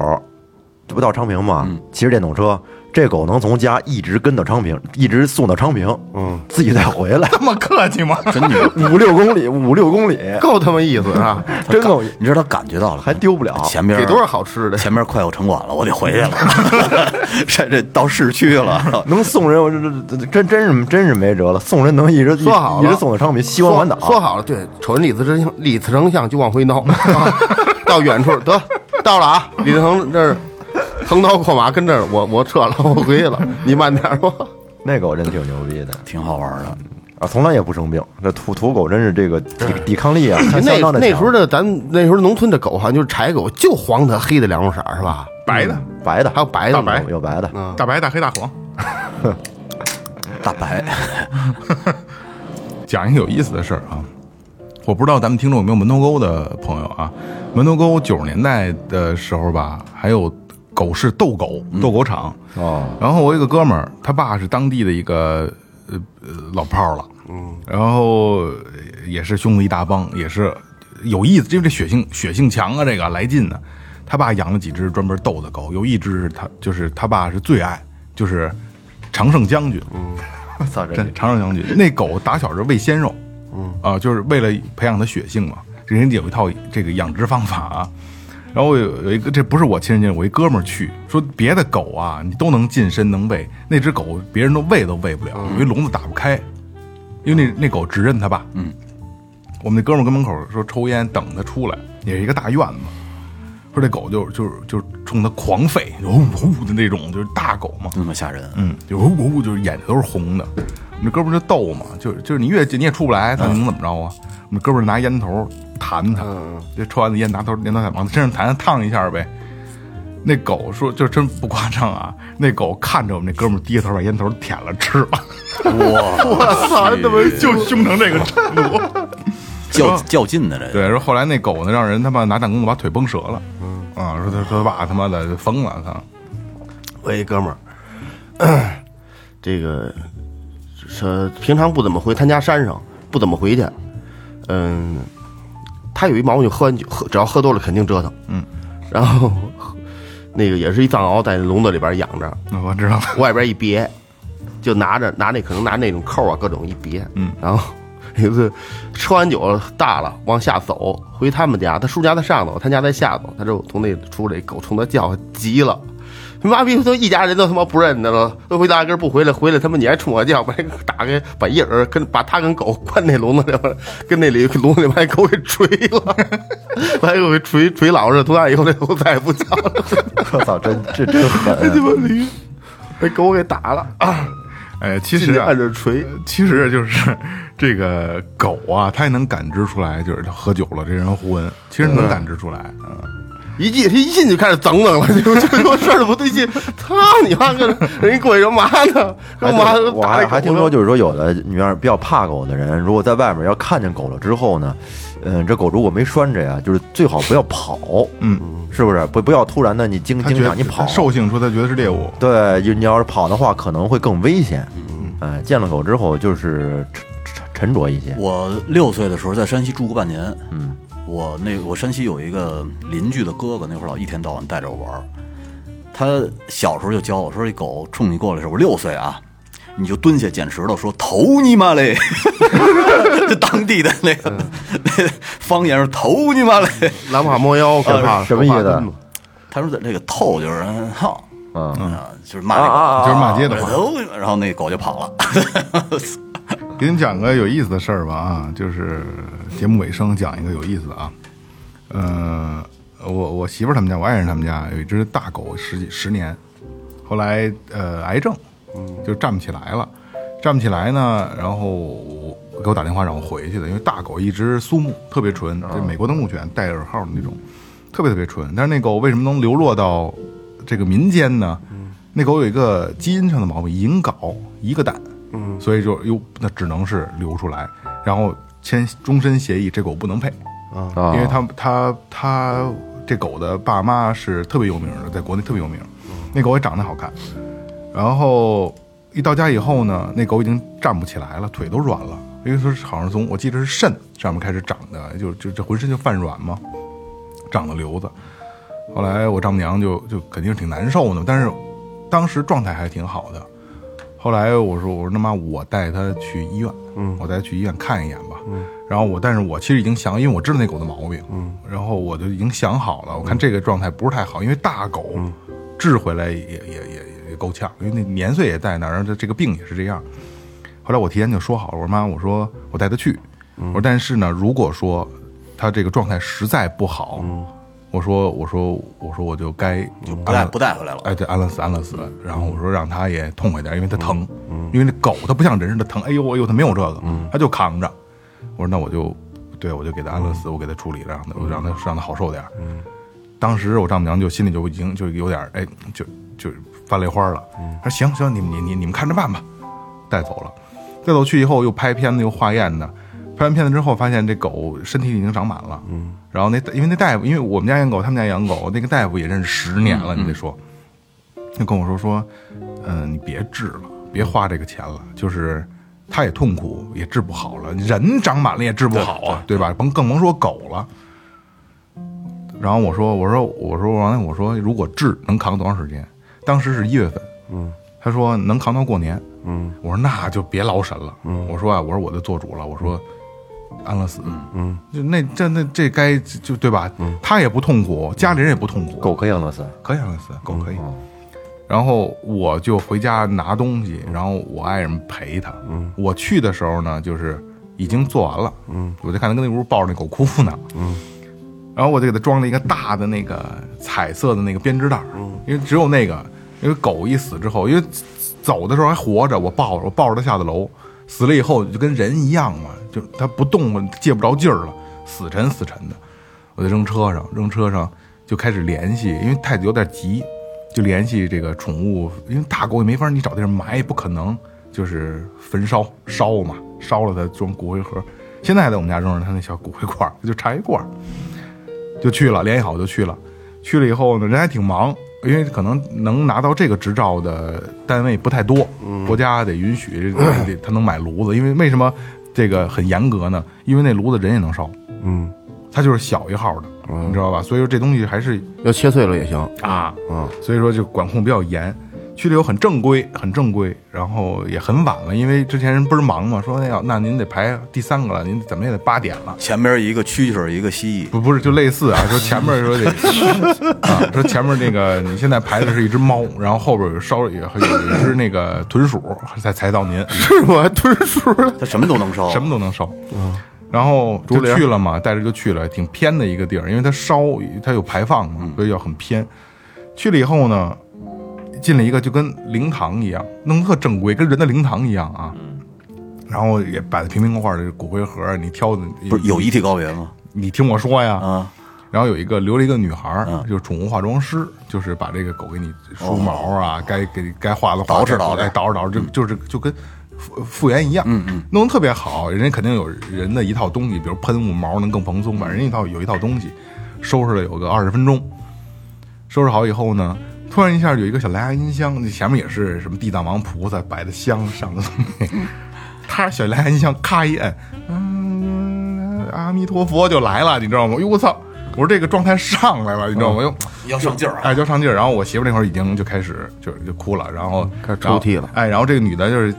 C: 这不到昌平吗？骑着电动车，这狗能从家一直跟到昌平，一直送到昌平，嗯，自己再回来
A: 这么客气吗？
D: 真牛！
C: 五六公里，五六公里，
B: 够他妈意思 啊！
C: 真够
D: 你知道他感觉到了，
C: 还丢不了。
D: 前边
B: 给多少好吃的？
D: 前边快有城管了，我得回去了， 这这到市区了。
C: 能送人，我这这真真是真是没辙了。送人能一直
B: 说好
C: 一
B: 了
C: 直送到昌平，西关环岛。
B: 说说好了，对，瞅人李自成李自成像就往回挠，啊到远处得到了啊！李自成这儿横刀阔马跟这儿，我我撤了，我回去了，你慢点儿吧。
C: 那狗真挺牛逼的
D: 挺好玩的，
C: 啊，从来也不生病。这土土狗真是这个抵抵抗力啊， 它
B: 嗯那
C: 相当的
B: 那时候
C: 的
B: 的咱们那时候农村的狗好像就是柴狗，就黄的、黑的两种色儿是吧？
A: 白的，
C: 白的，嗯
B: 还有白的嗯
A: 大
B: 呢
A: 白
C: 有有白的。
A: 大白、大黑、大黄。
D: 大白，
A: 讲一个有意思的事儿啊，我不知道咱们听众有没有门头沟的朋友啊？门头沟九十年代的时候吧，还有狗市斗狗、
D: 嗯
A: 斗狗场。
C: 哦，
A: 然后我有一个哥们儿，他爸是当地的一个呃呃老炮儿了，嗯，然后呃也是兄弟一大帮，也是有意思，因为这血性血性强啊，这个来劲呢、他爸养了几只专门斗的狗，有一只是他就是他爸是最爱，就是常胜将军，
C: 我操，这
A: 真长寿将军。那狗打小是喂鲜肉，嗯啊，就是为了培养它血性嘛。人家有一套这个养殖方法啊。然后我有有一个，这不是我亲身经历，我一哥们儿去说别的狗啊，你都能近身能喂，那只狗别人都喂都喂不了，因为笼子打不开，因为那那狗只认它爸。嗯，我们那哥们儿跟门口说抽烟等它出来，也是一个大院子。说这狗就就是就是冲它狂吠，呜呜的那种，就是大狗嘛。
D: 那么吓人，
A: 嗯，就呜呜呜，就是眼睛都是红的。我们这哥们儿就逗嘛，就是就是你越近你也出不来，他能怎么着啊？我们哥们儿拿烟头弹他，就抽完的烟拿头烟头往他身上弹，烫一下呗。那狗说，就真不夸张啊！那狗看着我们那哥们儿低着头把烟头舔了吃了，
D: 哇，
B: 我操，他妈
A: 就凶成这个程度。
D: 较较劲的这个，
A: 对，说后来那狗呢，让人他妈拿弹弓子把腿崩折了。嗯，啊，说他说他爸他妈的疯了，他
B: 我一哎哥们儿，嗯这个是平常不怎么回他家山上，不怎么回去。嗯，他有一毛病，就喝完酒喝，只要喝多了肯定折腾。嗯，然后 那个也是一藏獒在笼子里边养着，
A: 那我知道了。
B: 外边一别，就拿着拿那可能拿那种扣啊各种一别，嗯，然后有一次吃完酒大了往下走，回他们家，他叔家在上头，他家在下头，他就从那出来，狗冲他叫，急了。妈逼！都一家人都他妈不认得了，都回大根不回来，回来他妈你还冲我叫，把那个打开，把一人跟把他跟狗关那笼子里边，跟那里笼子里把那狗给锤了， 把那狗给锤锤老实。从那以后，这狗再也不叫了，
C: 我操，真这真 狠。
B: 把狗给打了，
A: 哎，其
B: 进
A: 实
B: 去
A: 啊
B: 按着锤。
A: 其实就是这个狗啊，它也能感知出来，就是它喝酒了，这人昏，其实能感知出来。嗯，
B: 一进一进就开始整整了， 就就说事儿不对劲。操你妈个，人家过去干嘛呢？干嘛？
C: 我还还听说，就是说有的女儿比较怕狗的人，如果在外面要看见狗了之后呢，嗯，这狗如果没拴着呀，就是最好不要跑，嗯，是不是？不不要突然的你惊
A: 它觉
C: 惊
A: 得
C: 场你跑，啊
A: 兽性说它觉得是猎物，
C: 对，就你要是跑的话，可能会更危险。嗯，哎，见了狗之后就是沉沉沉着一些。
D: 我六岁的时候在山西住过半年，嗯，我那我山西有一个邻居的哥哥，那会儿老一天到晚带着我玩儿。他小时候就教我说，这狗冲你过来的时候，我六岁啊，你就蹲下捡石头，说头你妈 嘞，就当地的那个、
B: 嗯
D: 那方言是头你妈嘞。
B: 兰马猫腰，可怕了，
C: 啊什么意思
B: 可怕真的
D: 他说的那个透就是操，
C: 嗯
D: 啊，就是骂那狗，
A: 就是骂街的话。
D: 头然后那狗就跑 了。
A: 给你们讲个有意思的事儿吧啊，就是节目尾声讲一个有意思的啊，呃，我我媳妇儿他们家，我爱人他们家有一只大狗十几十年，后来呃癌症，就站不起来了，站不起来呢，然后我给我打电话让我回去的，因为大狗一只苏牧，特别纯，这美国的牧犬带耳号的那种，特别特别纯，但是那狗为什么能流落到这个民间呢？那狗有一个基因上的毛病，隐睾一个蛋。所以就又那只能是流出来，然后签终身协议，这狗不能配，
C: 啊
D: 哦
A: 因为它它它这狗的爸妈是特别有名的，在国内特别有名，那狗也长得好看，然后一到家以后呢，那狗已经站不起来了，腿都软了，因为说是好像是从我记得是肾上面开始长的，就就这浑身就泛软嘛，长的瘤子。后来我丈母娘就就肯定是挺难受的，但是当时状态还挺好的。后来我说我说那妈我带它去医院，嗯，我带它去医院看一眼吧，嗯，然后我但是我其实已经想，因为我知道那狗的毛病，嗯，然后我就已经想好了，我看这个状态不是太好，因为大狗治回来也也也也够呛，因为那年岁也在那儿，然后这这个病也是这样。后来我提前就说好了，我说妈，我说我带它去，我说但是呢，如果说它这个状态实在不好，我说我说我说我就该嗯就
D: 不带不带回来了，嗯
A: 哎，对，安乐死，安乐死。然后我说让它也痛快点，因为它疼，因为那狗它不像人似的疼，哎呦哎呦，它没有这个，
D: 嗯
A: 它就扛着。我说那我就，对我就给它安乐
D: 嗯
A: 死，我给它处理，让它我让它让它好受点。当时我丈母娘就心里就已经就有点哎，就就翻泪花了。
D: 嗯
A: 她说行行，你们你你你们看着办吧，带走了。带走去以后又拍片子又化验的，拍完片子之后发现这狗身体已经长满了。嗯，然后那因为那大夫，因为我们家养狗，他们家养狗，那个大夫也认识十年
D: 嗯
A: 了，你得说，就跟我说说，嗯、你别治了，别花这个钱了，就是。他也痛苦，也治不好了。人长满了也治不好啊，对吧？甭更甭说狗了。然后我说，我说，我说王亮，我说如果治能扛多长时间？当时是一月份，嗯，他说能扛到过年，嗯，我说那就别劳神了，嗯，我说啊，我说我就做主了，我说安乐死，嗯，就那这那这该就对吧？他也不痛苦，家里人也不痛苦，
C: 狗可以安乐死，
A: 可以安乐死，狗可以。然后我就回家拿东西，然后我爱人陪他。嗯，我去的时候呢，就是已经做完了。嗯，我就看他跟那屋抱着那狗哭呢。嗯，然后我就给他装了一个大的那个彩色的那个编织袋儿，因为只有那个，因为狗一死之后，因为走的时候还活着，我抱着我抱着它下的楼，死了以后就跟人一样嘛，就它不动了，借不着劲儿了，死沉死沉的。我就扔车上，扔车上就开始联系，因为太有点急，就联系这个宠物，因为大狗也没法儿你找地儿埋，也不可能就是焚烧烧嘛，烧了它装骨灰盒，现在还在我们家扔着它那小骨灰罐儿，就茶叶罐儿，就去了，联系好就去了，去了以后呢，人还挺忙。因为可能能拿到这个执照的单位不太多，国家得允许得他能买炉子，因为为什么这个很严格呢？因为那炉子人也能烧，
B: 嗯，
A: 它就是小一号的，你知道吧？所以说这东西还是
B: 要切碎了也行。
A: 嗯啊，
B: 嗯，
A: 所以说就管控比较严。去了以后很正规，很正规，然后也很晚了，因为之前人倍儿忙嘛，说那要那您得排第三个了，您怎么也得八点了。
D: 前边一个蛐蛐儿，一个蜥蜴，
A: 不不是，就类 似啊，说前面说得 啊，说前面那个你现在排的是一只猫，然后后边有稍有有一只那个豚鼠才才到您，
B: 是 我还吞书了，
D: 它什么都能烧，
A: 什么都能烧。
D: 嗯
A: 然后就去了嘛，带着就去了，挺偏的一个地儿，因为它烧，它有排放
D: 嗯
A: 嘛，所以要很偏。去了以后呢，
D: 嗯
A: 进了一个就跟灵堂一样，弄得特正规，跟人的灵堂一样啊。然后也摆的瓶瓶罐罐的骨灰盒，你挑的
D: 不是有遗体告别吗？
A: 你听我说呀，
D: 啊，
A: 然后有一个留了一个女孩儿，
D: 嗯
A: 就是宠物化妆师，就是把这个狗给你梳毛啊，该给该画的画，
D: 哦捯饬捯饬
A: 哎捯饬捯饬，就就是就跟复复原一样，嗯嗯，弄得特别好，人家肯定有人的一套东西，比如喷雾毛能更蓬松，反正人家一套有一套东西，收拾了有个二十分钟，收拾好以后呢。突然一下有一个小蓝牙音箱，那前面也是什么地藏王菩萨摆的香上的东 西，他小蓝牙音箱咔一摁，嗯，阿弥陀佛就来了，你知道吗？哟，我操！我说这个状态上来了，你知道吗？又
D: 要上劲儿啊！
A: 哎，就上劲儿。然后我媳妇那会儿已经就开始就就哭了，然后
D: 嗯
B: 开始抽泣了
A: 然后哎，然后这个女的就是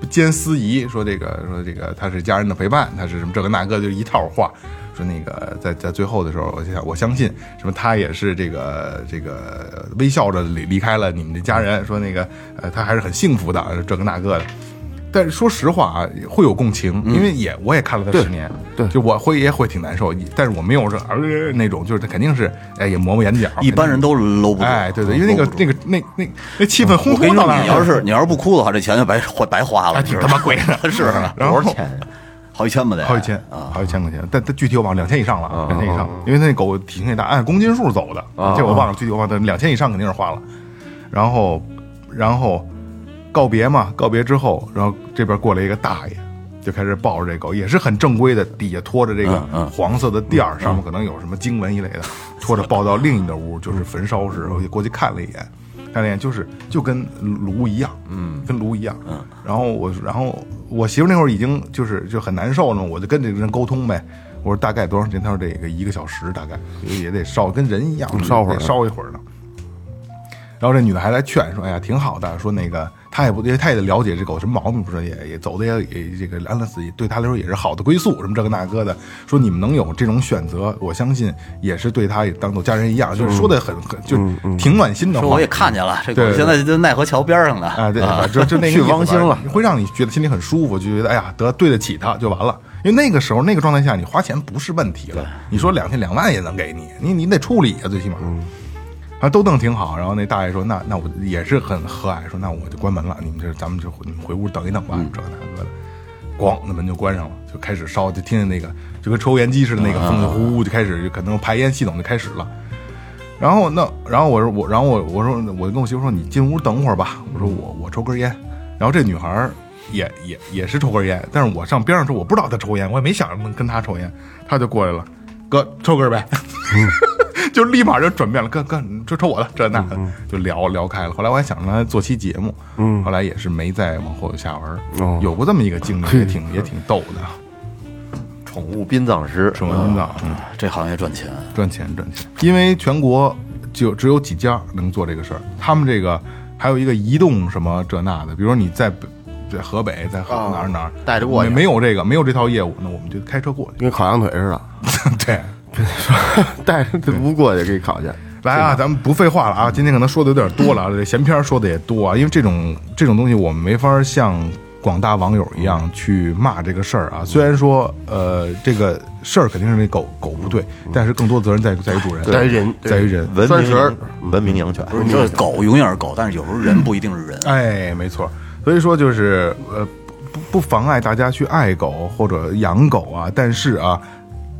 A: 呃兼司仪，说这个说这个她是家人的陪伴，她是什么这个那个，就一套话。说那个在在最后的时候，我想我相信什么，她也是这个这个微笑着离离开了你们的家人。说那个呃，她还是很幸福的，这个那个的。但是说实话啊，会有共情，
D: 嗯
A: 因为也我也看了他十年，对，就我会也会挺难受，但是我没有说啊那种，就是他肯定是哎也磨磨眼角，
D: 一般人都搂不住。
A: 哎对对，因为那
D: 搂不
A: 个
D: 住
A: 那个那那那气氛烘
D: 我跟
A: 托
D: 你说，
A: 到那儿了，
D: 你要是你要是不哭的话，这钱就白 花白花了，
A: 哎
D: 你知
A: 挺
D: 道
A: 他
D: 吗
A: 妈贵 的，
D: 是啊
A: 然后
C: 多少钱？
D: 好几千吧得，
A: 好几千
D: 啊，
A: 好几千块钱，但但具体我忘了，两千以上了，两千以上，因为那狗体型也大，按公斤数走的，
D: 啊
A: 这我忘了，具体我忘了，两千以上肯定是花了。然后，然后告别嘛，告别之后，然后这边过来一个大爷，就开始抱着这狗，也是很正规的，底下拖着这
B: 嗯
A: 个黄色的垫儿，上面可能有什么经文一类的，拖着抱到另一个屋，就是焚烧室，我就过去看了一眼。看了一眼就是就跟炉一样，嗯，跟炉一样，嗯。然后我，然后我媳妇那会儿已经就是就很难受了，我就跟这个人沟通呗。我说大概多长时间？她说这个一个小时大概，也得烧，跟人一样，
B: 嗯烧会儿
A: 得烧一会儿呢。然后这女的还在劝说：“哎呀，挺好的，说那个她也不，因为她也得了解这狗什么毛病，不是也也走的也也这个安乐死，也对她来说也是好的归宿，什么这个那个的。说你们能有这种选择，我相信也是对她也当做家人一样，就是说的很很就挺暖心的话。
D: 说我也看见了，这狗
A: 对对
D: 现在就奈何桥边上的
A: 啊，对，就就那个
C: 去
A: 意思
C: 汪星了
A: 吧，会让你觉得心里很舒服，就觉得哎呀，得对得起他就完了。因为那个时候那个状态下，你花钱不是问题了。你说两千两万也能给你，你你得处理呀，最起码。
C: 嗯
A: 啊，都弄挺好。然后那大爷说：“那那我也是很和蔼，说那我就关门了，你们这咱们就回你们回屋等一等
C: 嗯
A: 吧，这个那个的。”咣，那门就关上了，就开始烧，就听见那个就跟抽烟机似的那
C: 嗯
A: 个风就呼呼就开始，就可能排烟系统就开始了。然后那，然后我说我，然后我我说我就跟我媳妇说，你进屋等会儿吧。我说我我抽根烟。然后这女孩儿也也也是抽根烟，但是我上边上抽，我不知道她抽烟，我也没想着能跟她抽烟，她就过来了，哥抽根儿呗， 就立马就转变了，哥哥你就抽我的这那的，就聊聊开了。后来我还想着来做期节目，嗯，后来也是没再往后有下文儿，
B: 哦
A: 有过这么一个经历，也挺也挺逗的，
C: 宠物殡葬师，
A: 什么真的，嗯。
D: 这行业赚钱，
A: 赚钱赚钱，因为全国就只有几家能做这个事儿，他们这个还有一个移动什么这那的，比如说你在北在河北，在河
B: 啊
A: 哪儿哪儿
B: 带着过去
A: 没没有这个没有这套业务，那我们就开车过去。
B: 跟烤羊腿似的，
A: 对，
B: 带着这不过去给烤去。
A: 来啊，咱们不废话了啊，今天可能说的有点多了，啊，这闲篇儿说的也多啊，因为这种这种东西我们没法像广大网友一样去骂这个事儿
B: 嗯
A: 啊。虽然说呃这个事儿肯定是那狗狗不对，但是更多责任在于在于主人，
B: 嗯在于人
A: 在于人。
C: 文
B: 钻石儿
C: 明文明养嗯犬，
D: 不是你说狗永远是狗，但是有时候人不一定是人。
A: 哎，没错。所以说就是呃，不不妨碍大家去爱狗或者养狗啊，但是啊，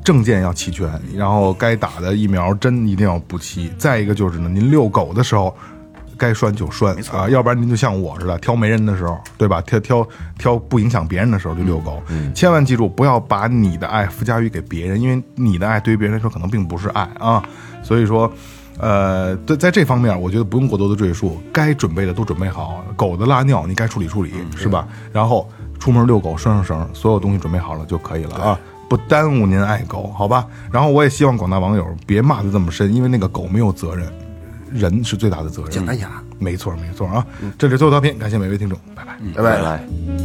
A: 证件要齐全，然后该打的疫苗针一定要补齐。再一个就是呢，您遛狗的时候。该拴就拴啊，要不然您就像我似的，挑没人的时候，对吧？挑挑挑不影响别人的时候就遛狗，千万记住不要把你的爱附加于给别人，因为你的爱对于别人来说可能并不是爱啊。所以说，呃，在在这方面，我觉得不用过多的赘述，该准备的都准备好。狗的拉尿你该处理处理，是吧？然后出门遛狗拴上绳，所有东西准备好了就可以了啊。不耽误您爱狗，好吧？然后我也希望广大网友别骂的这么深，因为那个狗没有责任，人是最大的责任。嗯
B: 讲一下，
A: 没错没错啊！这里是最后调频，感谢每位听众，拜拜。
B: 拜拜。
C: 来。